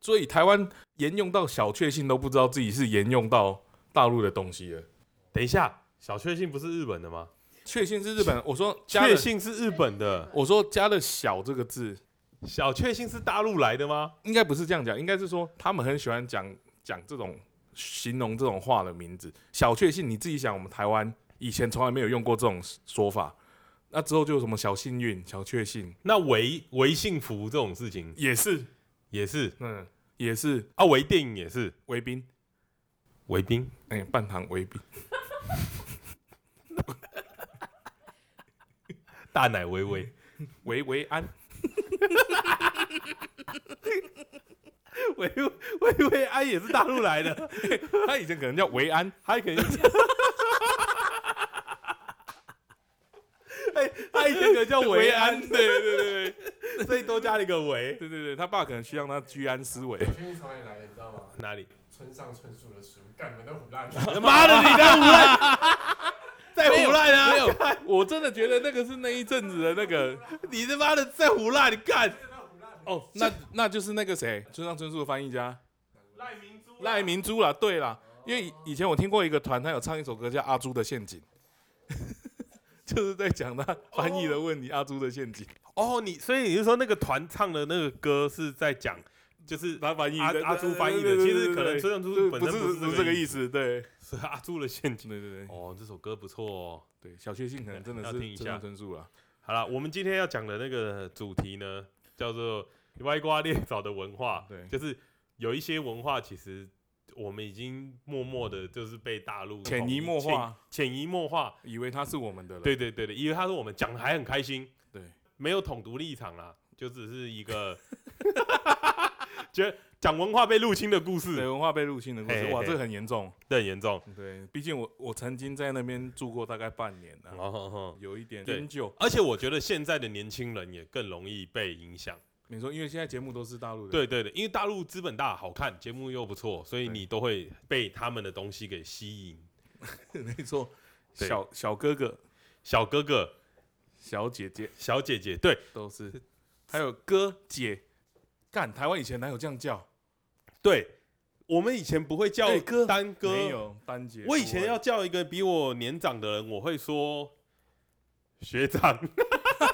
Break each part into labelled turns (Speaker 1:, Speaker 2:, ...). Speaker 1: 所以台湾沿用到小确幸都不知道自己是沿用到大陆的东西了。
Speaker 2: 等一下，小确幸不是日本的吗？
Speaker 1: 确幸是日本，我说加了
Speaker 2: 确，幸是日本的，
Speaker 1: 我说加了“小”这个字，
Speaker 2: 小确幸是大陆来的吗？
Speaker 1: 应该不是这样讲，应该是说他们很喜欢讲讲这种形容这种话的名字。小确幸，你自己想，我们台湾以前从来没有用过这种说法，那之后就有什么小幸运、小确幸，
Speaker 2: 那唯唯幸福这种事情
Speaker 1: 也是，
Speaker 2: 也是
Speaker 1: 嗯，也是
Speaker 2: 啊，唯电影也是
Speaker 1: 维宾，
Speaker 2: 唯兵，
Speaker 1: 哎、半糖维宾，
Speaker 2: 大奶唯唯，
Speaker 1: 维维安，
Speaker 2: 唯唯唯安也是大陆来 的，
Speaker 1: 他以前可能叫维安，
Speaker 2: 他以前，哎，他以前可能叫维 安，
Speaker 1: 对对对对
Speaker 2: 所以多加了一个维，
Speaker 1: 对对对，他爸可能需要他居安思危。
Speaker 3: 小确幸从哪里来的，你知道吗？
Speaker 2: 哪里？
Speaker 3: 村上春树的书，干你们都胡乱。
Speaker 2: 妈的，你在胡乱， 在胡乱啊！
Speaker 1: 没有， 我真的觉得那个是那一阵子的那个
Speaker 2: 你他妈的在胡乱，你干！
Speaker 1: 哦，那那就是那个谁，村上春树的翻译家
Speaker 3: 赖明
Speaker 2: 啊
Speaker 3: 珠，
Speaker 1: 赖明珠啦。对啦，因为以以前我听过一个团，他有唱一首歌叫《阿朱的陷阱》， 就是在讲他翻译的问题，阿朱的陷阱》。
Speaker 2: 哦，你所以你是说那个团唱的那个歌是在讲，就是
Speaker 1: 他翻译
Speaker 2: 阿
Speaker 1: 的
Speaker 2: 阿朱翻译的
Speaker 1: 对对对
Speaker 2: 其实
Speaker 1: 对对
Speaker 2: 可能
Speaker 1: 对
Speaker 2: 村上春
Speaker 1: 对
Speaker 2: 树本
Speaker 1: 不
Speaker 2: 身不
Speaker 1: 是
Speaker 2: 是
Speaker 1: 不是
Speaker 2: 这
Speaker 1: 这
Speaker 2: 个
Speaker 1: 个
Speaker 2: 意
Speaker 1: 意思，对
Speaker 2: 是阿朱的陷阱。
Speaker 1: 对对对
Speaker 2: 哦，这首歌不错哦。
Speaker 1: 对，小确幸可能真的
Speaker 2: 要
Speaker 1: 是
Speaker 2: 听一
Speaker 1: 村
Speaker 2: 下
Speaker 1: 上春树啦。
Speaker 2: 好了，我们今天要讲的那个主题呢，叫做歪瓜裂枣的文化。
Speaker 1: 对
Speaker 2: 就是有一些文化其实我们已经默默的，就是被大陆
Speaker 1: 潜移默化，
Speaker 2: 潜潜移默化。
Speaker 1: 以为他是我们的了。
Speaker 2: 对对对对，因为他说我们讲的还很开心，
Speaker 1: 对，
Speaker 2: 没有统独立场啦，就只是一个 觉得讲文化被入侵的
Speaker 1: 对，
Speaker 2: 故事，
Speaker 1: 文化被入侵的故
Speaker 2: 嘿
Speaker 1: 事，
Speaker 2: 嘿
Speaker 1: 哇，
Speaker 2: 嘿
Speaker 1: 这个很严重。
Speaker 2: 这很严重。
Speaker 1: 对，毕竟我我曾经在那边住过大概半年啊，
Speaker 2: 哦吼吼
Speaker 1: 有一点
Speaker 2: 对
Speaker 1: 很久。
Speaker 2: 而且我觉得现在的年轻人也更容易被影响。
Speaker 1: 你说，因为现在节目都是大陆的，
Speaker 2: 对对对，因为大陆资本大，好看，节目又不错，所以
Speaker 1: 对
Speaker 2: 你都会被他们的东西给吸引。
Speaker 1: 对，没错，
Speaker 2: 对
Speaker 1: 小小哥哥、
Speaker 2: 小哥哥、
Speaker 1: 小姐姐
Speaker 2: 小姐姐，对
Speaker 1: 都是，还有哥姐，干，台湾以前哪有这样叫？
Speaker 2: 对，我们以前不会叫
Speaker 1: 哎哥
Speaker 2: 单哥，
Speaker 1: 没有单姐。
Speaker 2: 我以前要叫一个比我年长的人，我会说学长。
Speaker 1: 不会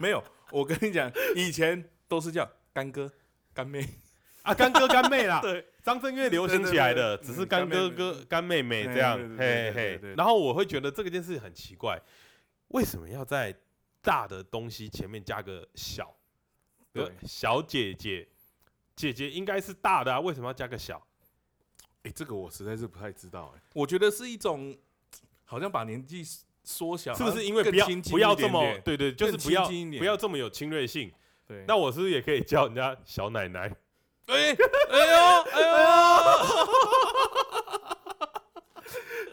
Speaker 1: 没有，我跟你讲， 以前都是叫干哥、干妹，
Speaker 2: 啊，干哥干妹啦，
Speaker 1: 对，
Speaker 2: 张震岳流行起来的，
Speaker 1: 对对对
Speaker 2: 只是干哥
Speaker 1: 嗯
Speaker 2: 哥干妹妹这样
Speaker 1: 对，对对对
Speaker 2: 嘿嘿
Speaker 1: 对对
Speaker 2: 嘿
Speaker 1: 对。
Speaker 2: 然后我会觉得这个件事很奇怪，为什么要在大的东西前面加个小？比如
Speaker 1: 对
Speaker 2: 小姐姐，姐姐应该是大的啊，为什么要加个小？
Speaker 1: 哎，这个我实在是不太知道，哎，我觉得是一种好像把年纪缩小，
Speaker 2: 是不是因为
Speaker 1: 更
Speaker 2: 不要
Speaker 1: 亲近
Speaker 2: 不要
Speaker 1: 一
Speaker 2: 这
Speaker 1: 点
Speaker 2: 么
Speaker 1: 点
Speaker 2: 对对，就是
Speaker 1: 更
Speaker 2: 不要
Speaker 1: 亲近一点
Speaker 2: 不要这么有侵略性？
Speaker 1: 对？
Speaker 2: 那我是不是也可以叫人家小 奶奶？
Speaker 1: 哎哎呦哎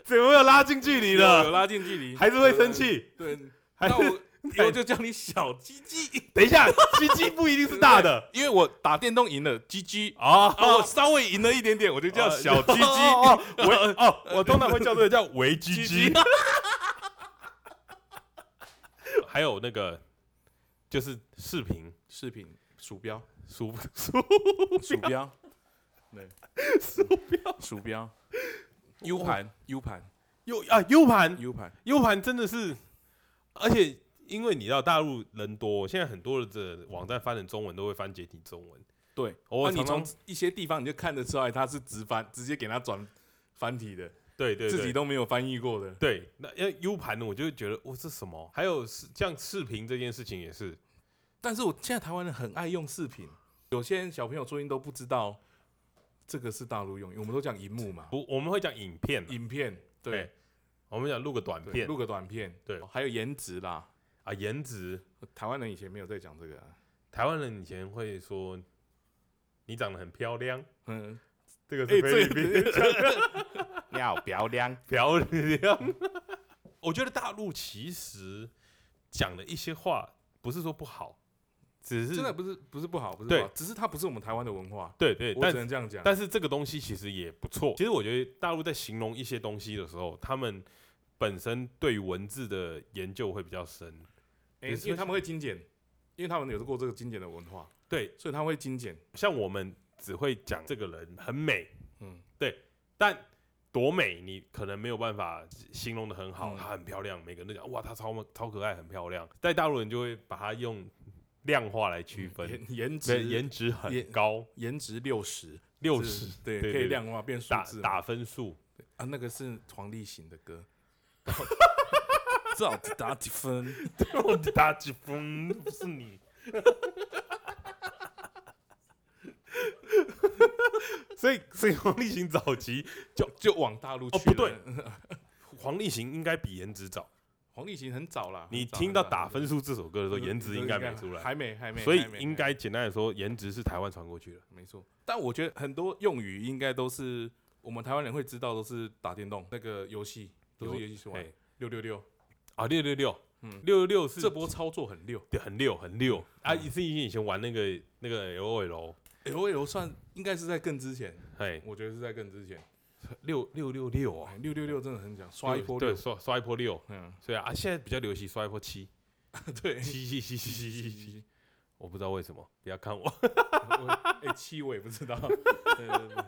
Speaker 2: 怎么有拉近距离
Speaker 1: 呦，有有
Speaker 2: 了？
Speaker 1: 拉近距离，
Speaker 2: 还是会生气？
Speaker 1: 对。
Speaker 2: 还是
Speaker 1: 那我以后就叫你小鸡鸡，
Speaker 2: 等一下，鸡鸡不一定是 大的
Speaker 1: 因为我打电动赢了鸡鸡，
Speaker 2: 啊
Speaker 1: 啊，我稍微赢了一点点，我就叫小鸡鸡。
Speaker 2: 哦，围哦，我通常会叫这个叫围鸡鸡。 还有那个就是视频
Speaker 1: 视频鼠标，
Speaker 2: 鼠鼠
Speaker 1: 鼠标，对，鼠标，鼠标，U 盘，U 盘
Speaker 2: ，U 啊 U 盘
Speaker 1: ，U 盘，
Speaker 2: ，U 盘真的是，而且因为你到大陆人多，现在很多的网站翻成中文都会翻简体中文。
Speaker 1: 对。
Speaker 2: 我
Speaker 1: 那你
Speaker 2: 常
Speaker 1: 从
Speaker 2: 常
Speaker 1: 一些地方你就看得出来，它是直翻，直接给它转繁体的，
Speaker 2: 对对
Speaker 1: 自
Speaker 2: 对
Speaker 1: 己都没有翻译过的。
Speaker 2: 对，那要 U 盘呢，我就会觉得哇，这什么？还有是像视频这件事情也是，
Speaker 1: 但是我现在台湾人很爱用视频，有些人小朋友最近都不知道这个是大陆用语，我们都讲荧幕嘛，
Speaker 2: 不，我们会讲影片嘛，
Speaker 1: 影片，对
Speaker 2: 哎，我们讲录个短
Speaker 1: 对
Speaker 2: 片
Speaker 1: 录个短片，
Speaker 2: 对
Speaker 1: 还有颜值啦，
Speaker 2: 啊，颜值。
Speaker 1: 台湾人以前没有在讲这个啊、
Speaker 2: 台湾人以前会说你长得很漂亮，
Speaker 1: 嗯，
Speaker 2: 这个
Speaker 1: 哎
Speaker 2: 是菲律宾
Speaker 1: 这 你好漂亮，
Speaker 2: 漂亮。 我觉得大陆其实讲的一些话不是说不好，只是
Speaker 1: 真的不是不是不好，不是
Speaker 2: 对
Speaker 1: 不好，只是它不是我们台湾的文化，
Speaker 2: 对对，
Speaker 1: 我只
Speaker 2: 但
Speaker 1: 能这样讲。
Speaker 2: 但是这个东西其实也不错。其实我觉得大陆在形容一些东西的时候，他们本身对于文字的研究会比较深。
Speaker 1: 哎、
Speaker 2: 你
Speaker 1: 因
Speaker 2: 说
Speaker 1: 为他们会精简，因为他们有过这个精简的文化，
Speaker 2: 对，
Speaker 1: 所以他们会精简。
Speaker 2: 像我们只会讲这个人很美，
Speaker 1: 嗯，
Speaker 2: 对，但多美你可能没有办法形容的很好，
Speaker 1: 嗯
Speaker 2: 她很漂亮，每个人都讲哇她超超可爱，很漂亮，在大陆人就会把它用量化来区分，
Speaker 1: 颜嗯颜
Speaker 2: 对
Speaker 1: 值
Speaker 2: 颜值
Speaker 1: 颜
Speaker 2: 很高，
Speaker 1: 颜值六十
Speaker 2: 六十，
Speaker 1: 对，
Speaker 2: 对
Speaker 1: 可以
Speaker 2: 对
Speaker 1: 量化变数
Speaker 2: 打
Speaker 1: 字嘛
Speaker 2: 打分数，
Speaker 1: 啊，那个是黄立行的歌， 到底打几分？
Speaker 2: 我打几分不是你。 所以，所以黄立行早期，
Speaker 1: 就 就往大陆去
Speaker 2: 哦
Speaker 1: 了。嗯
Speaker 2: 不对，黄立行应该比颜值早。
Speaker 1: 黄立行很早啦。
Speaker 2: 你
Speaker 1: 很早
Speaker 2: 听到
Speaker 1: 很早
Speaker 2: 打分数这首歌的时候，
Speaker 1: 很早嗯
Speaker 2: 颜值应该没出来，
Speaker 1: 还没还没，
Speaker 2: 所以
Speaker 1: 还没
Speaker 2: 应该简单的说，颜值是台湾传过去的。
Speaker 1: 没错。但我觉得很多用语应该都是我们台湾人会知道，都是打电动那个游戏，都是
Speaker 2: 游
Speaker 1: 游戏出
Speaker 2: 嘿
Speaker 1: 玩六六六，
Speaker 2: 啊，六六六，
Speaker 1: 嗯
Speaker 2: 六六六是
Speaker 1: 这波操作很溜。
Speaker 2: 对很六很六啊！一是以前玩那个那个 L O L，
Speaker 1: L L 哎算应该是在更之前，
Speaker 2: 哎，
Speaker 1: 我觉得是在更之前。
Speaker 2: 六六六六啊，
Speaker 1: 哎六六六真的很讲刷一波
Speaker 2: 对
Speaker 1: 六，
Speaker 2: 刷刷一波六，
Speaker 1: 嗯，
Speaker 2: 所以啊，现在比较流行刷一波七，
Speaker 1: 对。
Speaker 2: 七七七七七七 七，我不知道为什么，不要看我，
Speaker 1: 我哎七我也不知道，对对对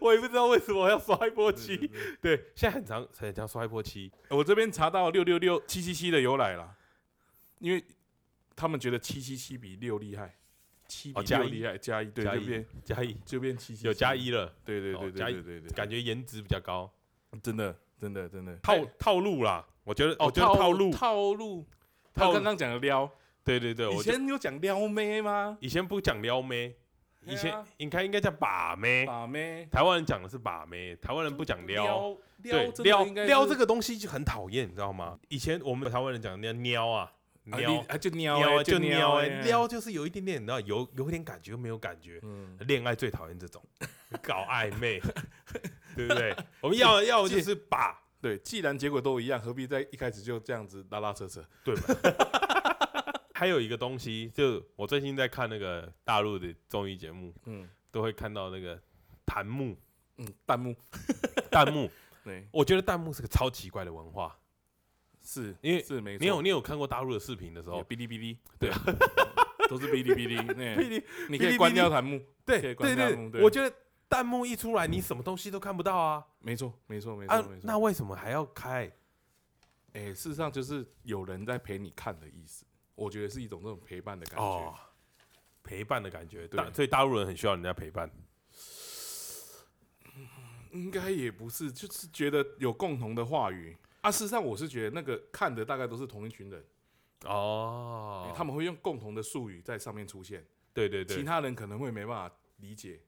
Speaker 2: 我也不知道为什么要刷一 波
Speaker 1: 对对
Speaker 2: 七。
Speaker 1: 对
Speaker 2: 对，现在很常很常刷一波七，
Speaker 1: 我这边查到六六六七七七的由来啦，因为他们觉得七七七比六厉害，七比
Speaker 2: 哦加
Speaker 1: 六
Speaker 2: 一
Speaker 1: 厉害，加一对
Speaker 2: 加
Speaker 1: 就
Speaker 2: 一
Speaker 1: 变
Speaker 2: 加一
Speaker 1: 就变七七，
Speaker 2: 有加，一了，
Speaker 1: 对对
Speaker 2: 哦
Speaker 1: 对
Speaker 2: 加
Speaker 1: 对对
Speaker 2: 一
Speaker 1: 对对，
Speaker 2: 感觉颜值比较高，
Speaker 1: 真的真的真的哎
Speaker 2: 套套路啦，我觉得我觉得
Speaker 1: 哦套
Speaker 2: 套路，
Speaker 1: 套路，
Speaker 2: 套
Speaker 1: 他
Speaker 2: 路
Speaker 1: 刚刚讲的撩，
Speaker 2: 对对对，
Speaker 1: 以
Speaker 2: 我觉得
Speaker 1: 前有讲撩妹吗？
Speaker 2: 以前不讲撩妹，
Speaker 1: 对啊
Speaker 2: 以前应该应该叫把妹，
Speaker 1: 把妹，
Speaker 2: 台湾人讲的是把妹，台湾人不讲撩。对
Speaker 1: 撩，
Speaker 2: 撩撩这
Speaker 1: 个
Speaker 2: 个东西就很讨厌，你知道吗？以前我们台湾人讲的撩啊，撩
Speaker 1: 啊就撩
Speaker 2: 撩
Speaker 1: 欸
Speaker 2: 啊，就撩哎、
Speaker 1: 欸
Speaker 2: 撩，就是有一点点，你知道，有有点感觉又没有感觉。
Speaker 1: 嗯，
Speaker 2: 恋爱最讨厌这 种搞暧昧，对不对？我们要要的就是把，
Speaker 1: 对，既然结果都一样，何必在一开始就这样子拉拉扯扯？
Speaker 2: 还有一个东西，就我最近在看那个大陆的综艺节目，
Speaker 1: 嗯
Speaker 2: 都会看到那个弹 幕，
Speaker 1: 嗯，弹幕
Speaker 2: 弹幕，
Speaker 1: 对
Speaker 2: 我觉得弹幕是个超奇怪的文化，
Speaker 1: 是，
Speaker 2: 因为
Speaker 1: 是没错，
Speaker 2: 你有你有看过大陆的视频的时
Speaker 1: 有
Speaker 2: 候，
Speaker 1: 哔哩哔哩，
Speaker 2: 对
Speaker 1: 对， 都是哔哩 哔哩，
Speaker 2: 哔
Speaker 1: 对
Speaker 2: 哩
Speaker 1: 你
Speaker 2: 哔
Speaker 1: 可
Speaker 2: 哩
Speaker 1: 以关掉弹幕，
Speaker 2: 对
Speaker 1: 可
Speaker 2: 对
Speaker 1: 以关弹幕
Speaker 2: 对，
Speaker 1: 对
Speaker 2: 我觉得弹幕一出来，你什么东西都看不到啊
Speaker 1: 没错，没错，没
Speaker 2: 啊
Speaker 1: 错，没，
Speaker 2: 那
Speaker 1: 错。
Speaker 2: 为什么还要开？
Speaker 1: 哎，事实上就是有人在陪你看的意思，我觉得是一种这种陪伴的感
Speaker 2: 哦
Speaker 1: 觉。，
Speaker 2: 陪伴的感觉，
Speaker 1: 对
Speaker 2: 大所以大陆人很需要人家陪伴。
Speaker 1: 应该也不是，就是觉得有共同的话语啊。事实上，我是觉得那个看的大概都是同一群人，
Speaker 2: 哦，
Speaker 1: 他们会用共同的术语在上面出现，
Speaker 2: 对对
Speaker 1: 其
Speaker 2: 对
Speaker 1: 他人可能会没办法理解。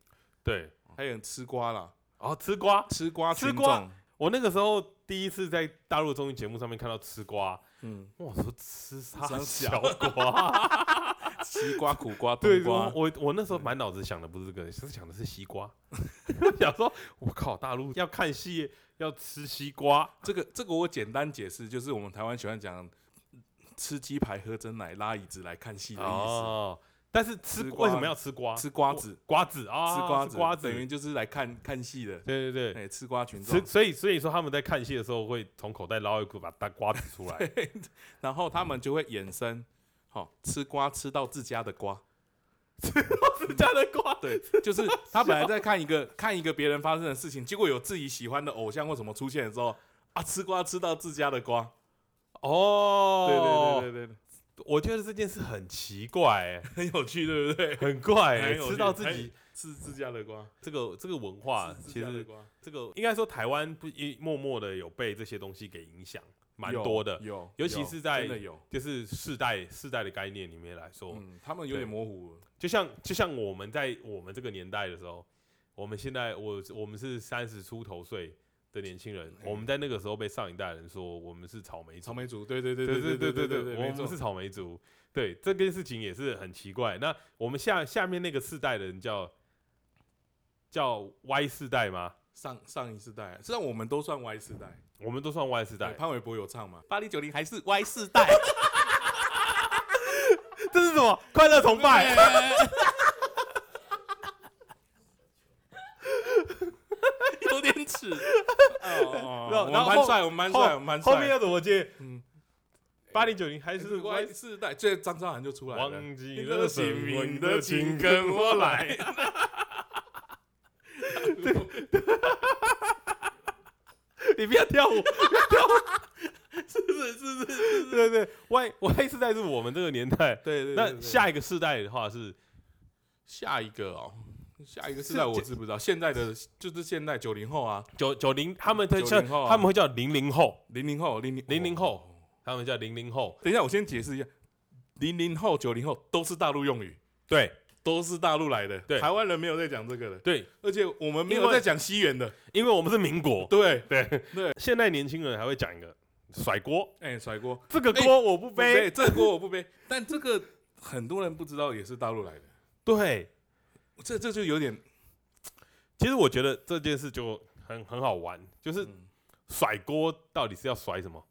Speaker 2: 对，
Speaker 1: 还有人吃瓜啦，
Speaker 2: 哦，吃瓜，
Speaker 1: 吃瓜
Speaker 2: 吃
Speaker 1: 群
Speaker 2: 瓜
Speaker 1: 众，
Speaker 2: 我那个时候第一次在大陆综艺节目上面看到吃瓜，
Speaker 1: 嗯，
Speaker 2: 我说吃啥
Speaker 1: 啥
Speaker 2: 小瓜？
Speaker 1: 西瓜、苦瓜、
Speaker 2: 对，
Speaker 1: 冬瓜
Speaker 2: 我，我我那时候满脑子想的不是这个，是想的是西瓜。 想说，我靠，大陆要看戏要吃西瓜，
Speaker 1: 这个这个我简单解释，就是我们台湾喜欢讲吃鸡排、喝真奶、拉椅子来看戏的意思。
Speaker 2: 哦，但是吃
Speaker 1: 吃瓜
Speaker 2: 为什么要吃瓜？
Speaker 1: 吃瓜子，
Speaker 2: 瓜子啊，
Speaker 1: 吃瓜
Speaker 2: 吃
Speaker 1: 子，
Speaker 2: 瓜子，
Speaker 1: 等于就是来看看戏的。
Speaker 2: 对对
Speaker 1: 哎、
Speaker 2: 对。
Speaker 1: 吃瓜群众
Speaker 2: 吃，。所以所以说他们在看戏的时候会从口袋捞一个把大瓜子出 来，
Speaker 1: 然后他们就会衍生，好、吃瓜吃到自家的瓜。
Speaker 2: 自家的瓜。
Speaker 1: 对，就是他本来在看一个看一个别人发生的事情，结果有自己喜欢的偶像或什么出现的时候，啊，吃瓜吃到自家的瓜。
Speaker 2: 哦，
Speaker 1: 对对对对对，
Speaker 2: 对，我觉得这件事很奇怪、欸，
Speaker 1: 很有趣，对不对？
Speaker 2: 很怪、欸，
Speaker 1: 很有趣哎
Speaker 2: 吃到自己
Speaker 1: 吃自家的瓜，
Speaker 2: 这个这个文化，
Speaker 1: 吃自
Speaker 2: 其
Speaker 1: 家的
Speaker 2: 实
Speaker 1: 瓜
Speaker 2: 这个应该说台湾不一默默的有被这些东西给影响，蛮
Speaker 1: 有
Speaker 2: 多的，
Speaker 1: 有，
Speaker 2: 尤其
Speaker 1: 有
Speaker 2: 是在
Speaker 1: 真的有。
Speaker 2: 就是世代世代的概念里面来说，
Speaker 1: 嗯，他们有点
Speaker 2: 对
Speaker 1: 模糊了。
Speaker 2: 就像就像我们在我们这个年代的时候，我们现在我我们是三十出头岁的年轻人，
Speaker 1: 嗯
Speaker 2: 我们在那个时候被上一代人说我们是草莓
Speaker 1: 草
Speaker 2: 族，
Speaker 1: 莓族，对对对
Speaker 2: 对
Speaker 1: 对
Speaker 2: 对
Speaker 1: 对
Speaker 2: 对
Speaker 1: 对，
Speaker 2: 我
Speaker 1: 没错
Speaker 2: 们是，草莓族，对这件事情也是很奇怪。那我们下下面那个世代的人叫叫 Y 世代吗？
Speaker 1: 上上一世代，虽然我们都算 Y 世代，
Speaker 2: 我们都算 Y 世代
Speaker 1: 对，潘玮柏有唱嘛，八零九零还是 Y 世代，
Speaker 2: 这是什么？快乐崇拜，
Speaker 1: 有点耻。哦
Speaker 2: 然后
Speaker 1: 我们
Speaker 2: 然后
Speaker 1: 蛮
Speaker 2: 后
Speaker 1: 帅，我们蛮
Speaker 2: 后
Speaker 1: 帅，我们蛮帅。
Speaker 2: 后面要怎么接？
Speaker 1: 嗯哎
Speaker 2: 八零九零还
Speaker 1: 是
Speaker 2: 是
Speaker 1: Y
Speaker 2: Y
Speaker 1: 世代，这张韶涵就出来了。
Speaker 2: 忘记了姓名的，请跟我来。你不要 跳舞，不要跳舞，是不是？是不是？对对，Y Y 世代是我们这个年代，
Speaker 1: 对对
Speaker 2: 那下一个世代的话是
Speaker 1: 下一个哦，下一个世代我
Speaker 2: 是
Speaker 1: 知不知道？现在的就是现在九零后啊，
Speaker 2: 九九零，他们会叫
Speaker 1: 90后啊
Speaker 2: 他们会叫零零后，
Speaker 1: 零零后，零零
Speaker 2: 00后。他们叫零零后，
Speaker 1: 等一下，我先解释一下，零零后、九零后都是大陆用语，
Speaker 2: 对
Speaker 1: 都是大陆来的，
Speaker 2: 对
Speaker 1: 台湾人没有在讲这个的，
Speaker 2: 对，
Speaker 1: 而且我们没
Speaker 2: 因
Speaker 1: 有
Speaker 2: 为
Speaker 1: 在讲西元的，
Speaker 2: 因为我们是民国，
Speaker 1: 对，
Speaker 2: 对
Speaker 1: 对，
Speaker 2: 现在年轻人还会讲一个甩锅，
Speaker 1: 哎、甩锅
Speaker 2: 这个锅我不
Speaker 1: 不
Speaker 2: 背，
Speaker 1: 背，这个锅我不背，但这个很多人不知道也是大陆来的，
Speaker 2: 对，
Speaker 1: 这这就有点，
Speaker 2: 其实我觉得这件事就很很好玩，就是
Speaker 1: 嗯
Speaker 2: 甩锅到底是要甩什么？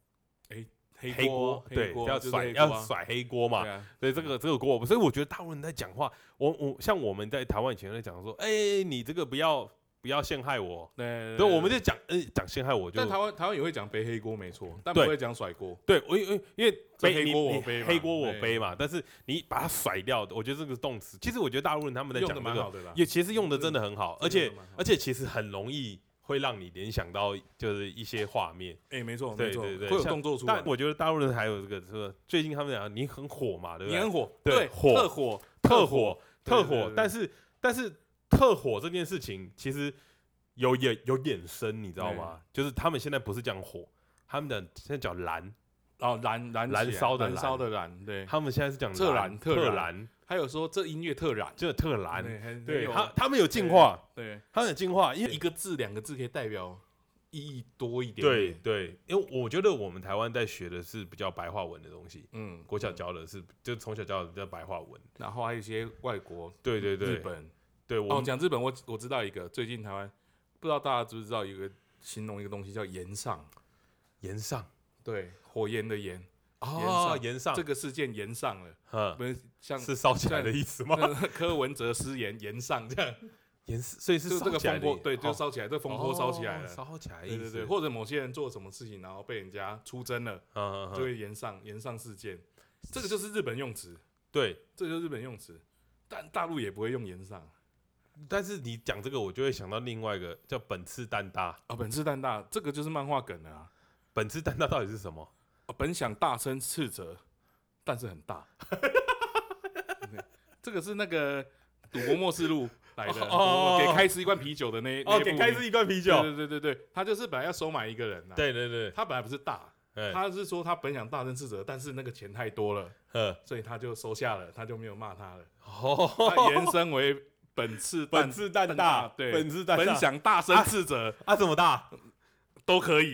Speaker 1: 黑
Speaker 2: 锅
Speaker 1: 锅，，
Speaker 2: 对，
Speaker 1: 锅
Speaker 2: 要
Speaker 1: 就是
Speaker 2: 甩
Speaker 1: 黑锅啊
Speaker 2: 要甩黑锅嘛
Speaker 1: 对。啊，
Speaker 2: 所以这个这个锅我不，所以我觉得大陆人在讲话，我我像我们在台湾以前在讲说，哎、你这个不要不要陷害我，
Speaker 1: 对，
Speaker 2: 对，我们就讲，呃，讲陷害我就
Speaker 1: 但台湾台湾也会讲背黑锅没错，但不
Speaker 2: 对
Speaker 1: 会讲甩锅，
Speaker 2: 对我因为因为
Speaker 1: 这
Speaker 2: 背
Speaker 1: 黑
Speaker 2: 你
Speaker 1: 锅我
Speaker 2: 你
Speaker 1: 背嘛
Speaker 2: 黑锅我
Speaker 1: 对
Speaker 2: 背嘛，但是你把它甩掉，我觉得这个动词，其实我觉得大陆人他们在
Speaker 1: 用
Speaker 2: 讲
Speaker 1: 的
Speaker 2: 这
Speaker 1: 蛮
Speaker 2: 个
Speaker 1: 好，的啦，
Speaker 2: 也其实用的真的很好，而
Speaker 1: 真的
Speaker 2: 且
Speaker 1: 蛮好
Speaker 2: 而且其实很容易会让你联想到就是一些画面。
Speaker 1: 哎、没错
Speaker 2: 对
Speaker 1: 没错，
Speaker 2: 对对
Speaker 1: 会有
Speaker 2: 像
Speaker 1: 动作出来
Speaker 2: 但。我觉得大陆人还有这个，是吧最近他们讲你很火嘛，对不
Speaker 1: 你
Speaker 2: 对
Speaker 1: 很？火，
Speaker 2: 对火
Speaker 1: 特火，
Speaker 2: 特火，
Speaker 1: 对对
Speaker 2: 特火
Speaker 1: 对，
Speaker 2: 但是但是特火这件事情其实有衍有衍生，你知道吗？就是他们现在不是讲火，他们的现在讲蓝，
Speaker 1: 哦，燃燃起
Speaker 2: 燃
Speaker 1: 来
Speaker 2: 烧的
Speaker 1: 燃
Speaker 2: 燃
Speaker 1: 烧的燃，对，
Speaker 2: 他们现在是讲
Speaker 1: 特
Speaker 2: 蓝
Speaker 1: 蓝
Speaker 2: 特
Speaker 1: 特蓝
Speaker 2: 蓝，
Speaker 1: 还有说这音乐特燃，
Speaker 2: 就是特蓝。
Speaker 1: 对很
Speaker 2: 对
Speaker 1: 很有
Speaker 2: 他他们有进化，
Speaker 1: 对，
Speaker 2: 他们有进化，因为
Speaker 1: 一个字两个字可以代表意义多一点
Speaker 2: 对
Speaker 1: 点，，
Speaker 2: 对，因为我觉得我们台湾在学的是比较白话文的东西，
Speaker 1: 嗯，
Speaker 2: 国小教的是就从小教的比较白话文。
Speaker 1: 然后还有一些外国，
Speaker 2: 对对对，
Speaker 1: 日本，
Speaker 2: 对我
Speaker 1: 哦，
Speaker 2: 们
Speaker 1: 讲日本，我我知道一个，最近台湾不知道大家知不知道有个形容一个东西叫炎上，
Speaker 2: 延上
Speaker 1: 对，火焰的炎，
Speaker 2: 哦，
Speaker 1: 上
Speaker 2: 延上
Speaker 1: 这，个事件炎上了，
Speaker 2: 嗯，
Speaker 1: 不是像
Speaker 2: 是烧起来的 意思吗？
Speaker 1: 像柯文哲失言炎上这样，
Speaker 2: 延所以是
Speaker 1: 就
Speaker 2: 烧
Speaker 1: 这个
Speaker 2: 起来
Speaker 1: 风
Speaker 2: 的
Speaker 1: 波，
Speaker 2: 意
Speaker 1: 对，就
Speaker 2: 哦
Speaker 1: 烧起来，这风波烧起来
Speaker 2: 哦
Speaker 1: 了。
Speaker 2: 烧起来的意
Speaker 1: 对
Speaker 2: 思，
Speaker 1: 对对，或者某些人做什么事情，然后被人家出征了，
Speaker 2: 嗯，嗯嗯
Speaker 1: 就会延上延上事件。这个就是日本用词，
Speaker 2: 对。
Speaker 1: 这个就是日本用词，但大陆也不会用延上
Speaker 2: 但是你讲这个，我就会想到另外一个叫本次蛋大。
Speaker 1: 啊。本次蛋大，这个就是漫画梗了啊。
Speaker 2: 本次蛋大到底是什么？
Speaker 1: 啊本想大声斥责，但是很大。 这个是那个《赌博默示录》来的，
Speaker 2: 哦哦哦
Speaker 1: 给开司一罐啤酒的那
Speaker 2: 哦，给开
Speaker 1: 一
Speaker 2: 始一罐啤酒。
Speaker 1: 对对对对对，他就是本来要收买一个人呐、
Speaker 2: 对对对，
Speaker 1: 他本来不是大，
Speaker 2: 哎，
Speaker 1: 他是说他本想大声斥责，但是那个钱太多了。
Speaker 2: 嗯，
Speaker 1: 所以他就收下了，他就没有骂他了。他
Speaker 2: 哦，
Speaker 1: 延伸为本次
Speaker 2: 本
Speaker 1: 蛋
Speaker 2: 次蛋大
Speaker 1: 大，，对，
Speaker 2: 本次蛋大，
Speaker 1: 本想大声斥责
Speaker 2: 啊，怎么大？
Speaker 1: 都可 以，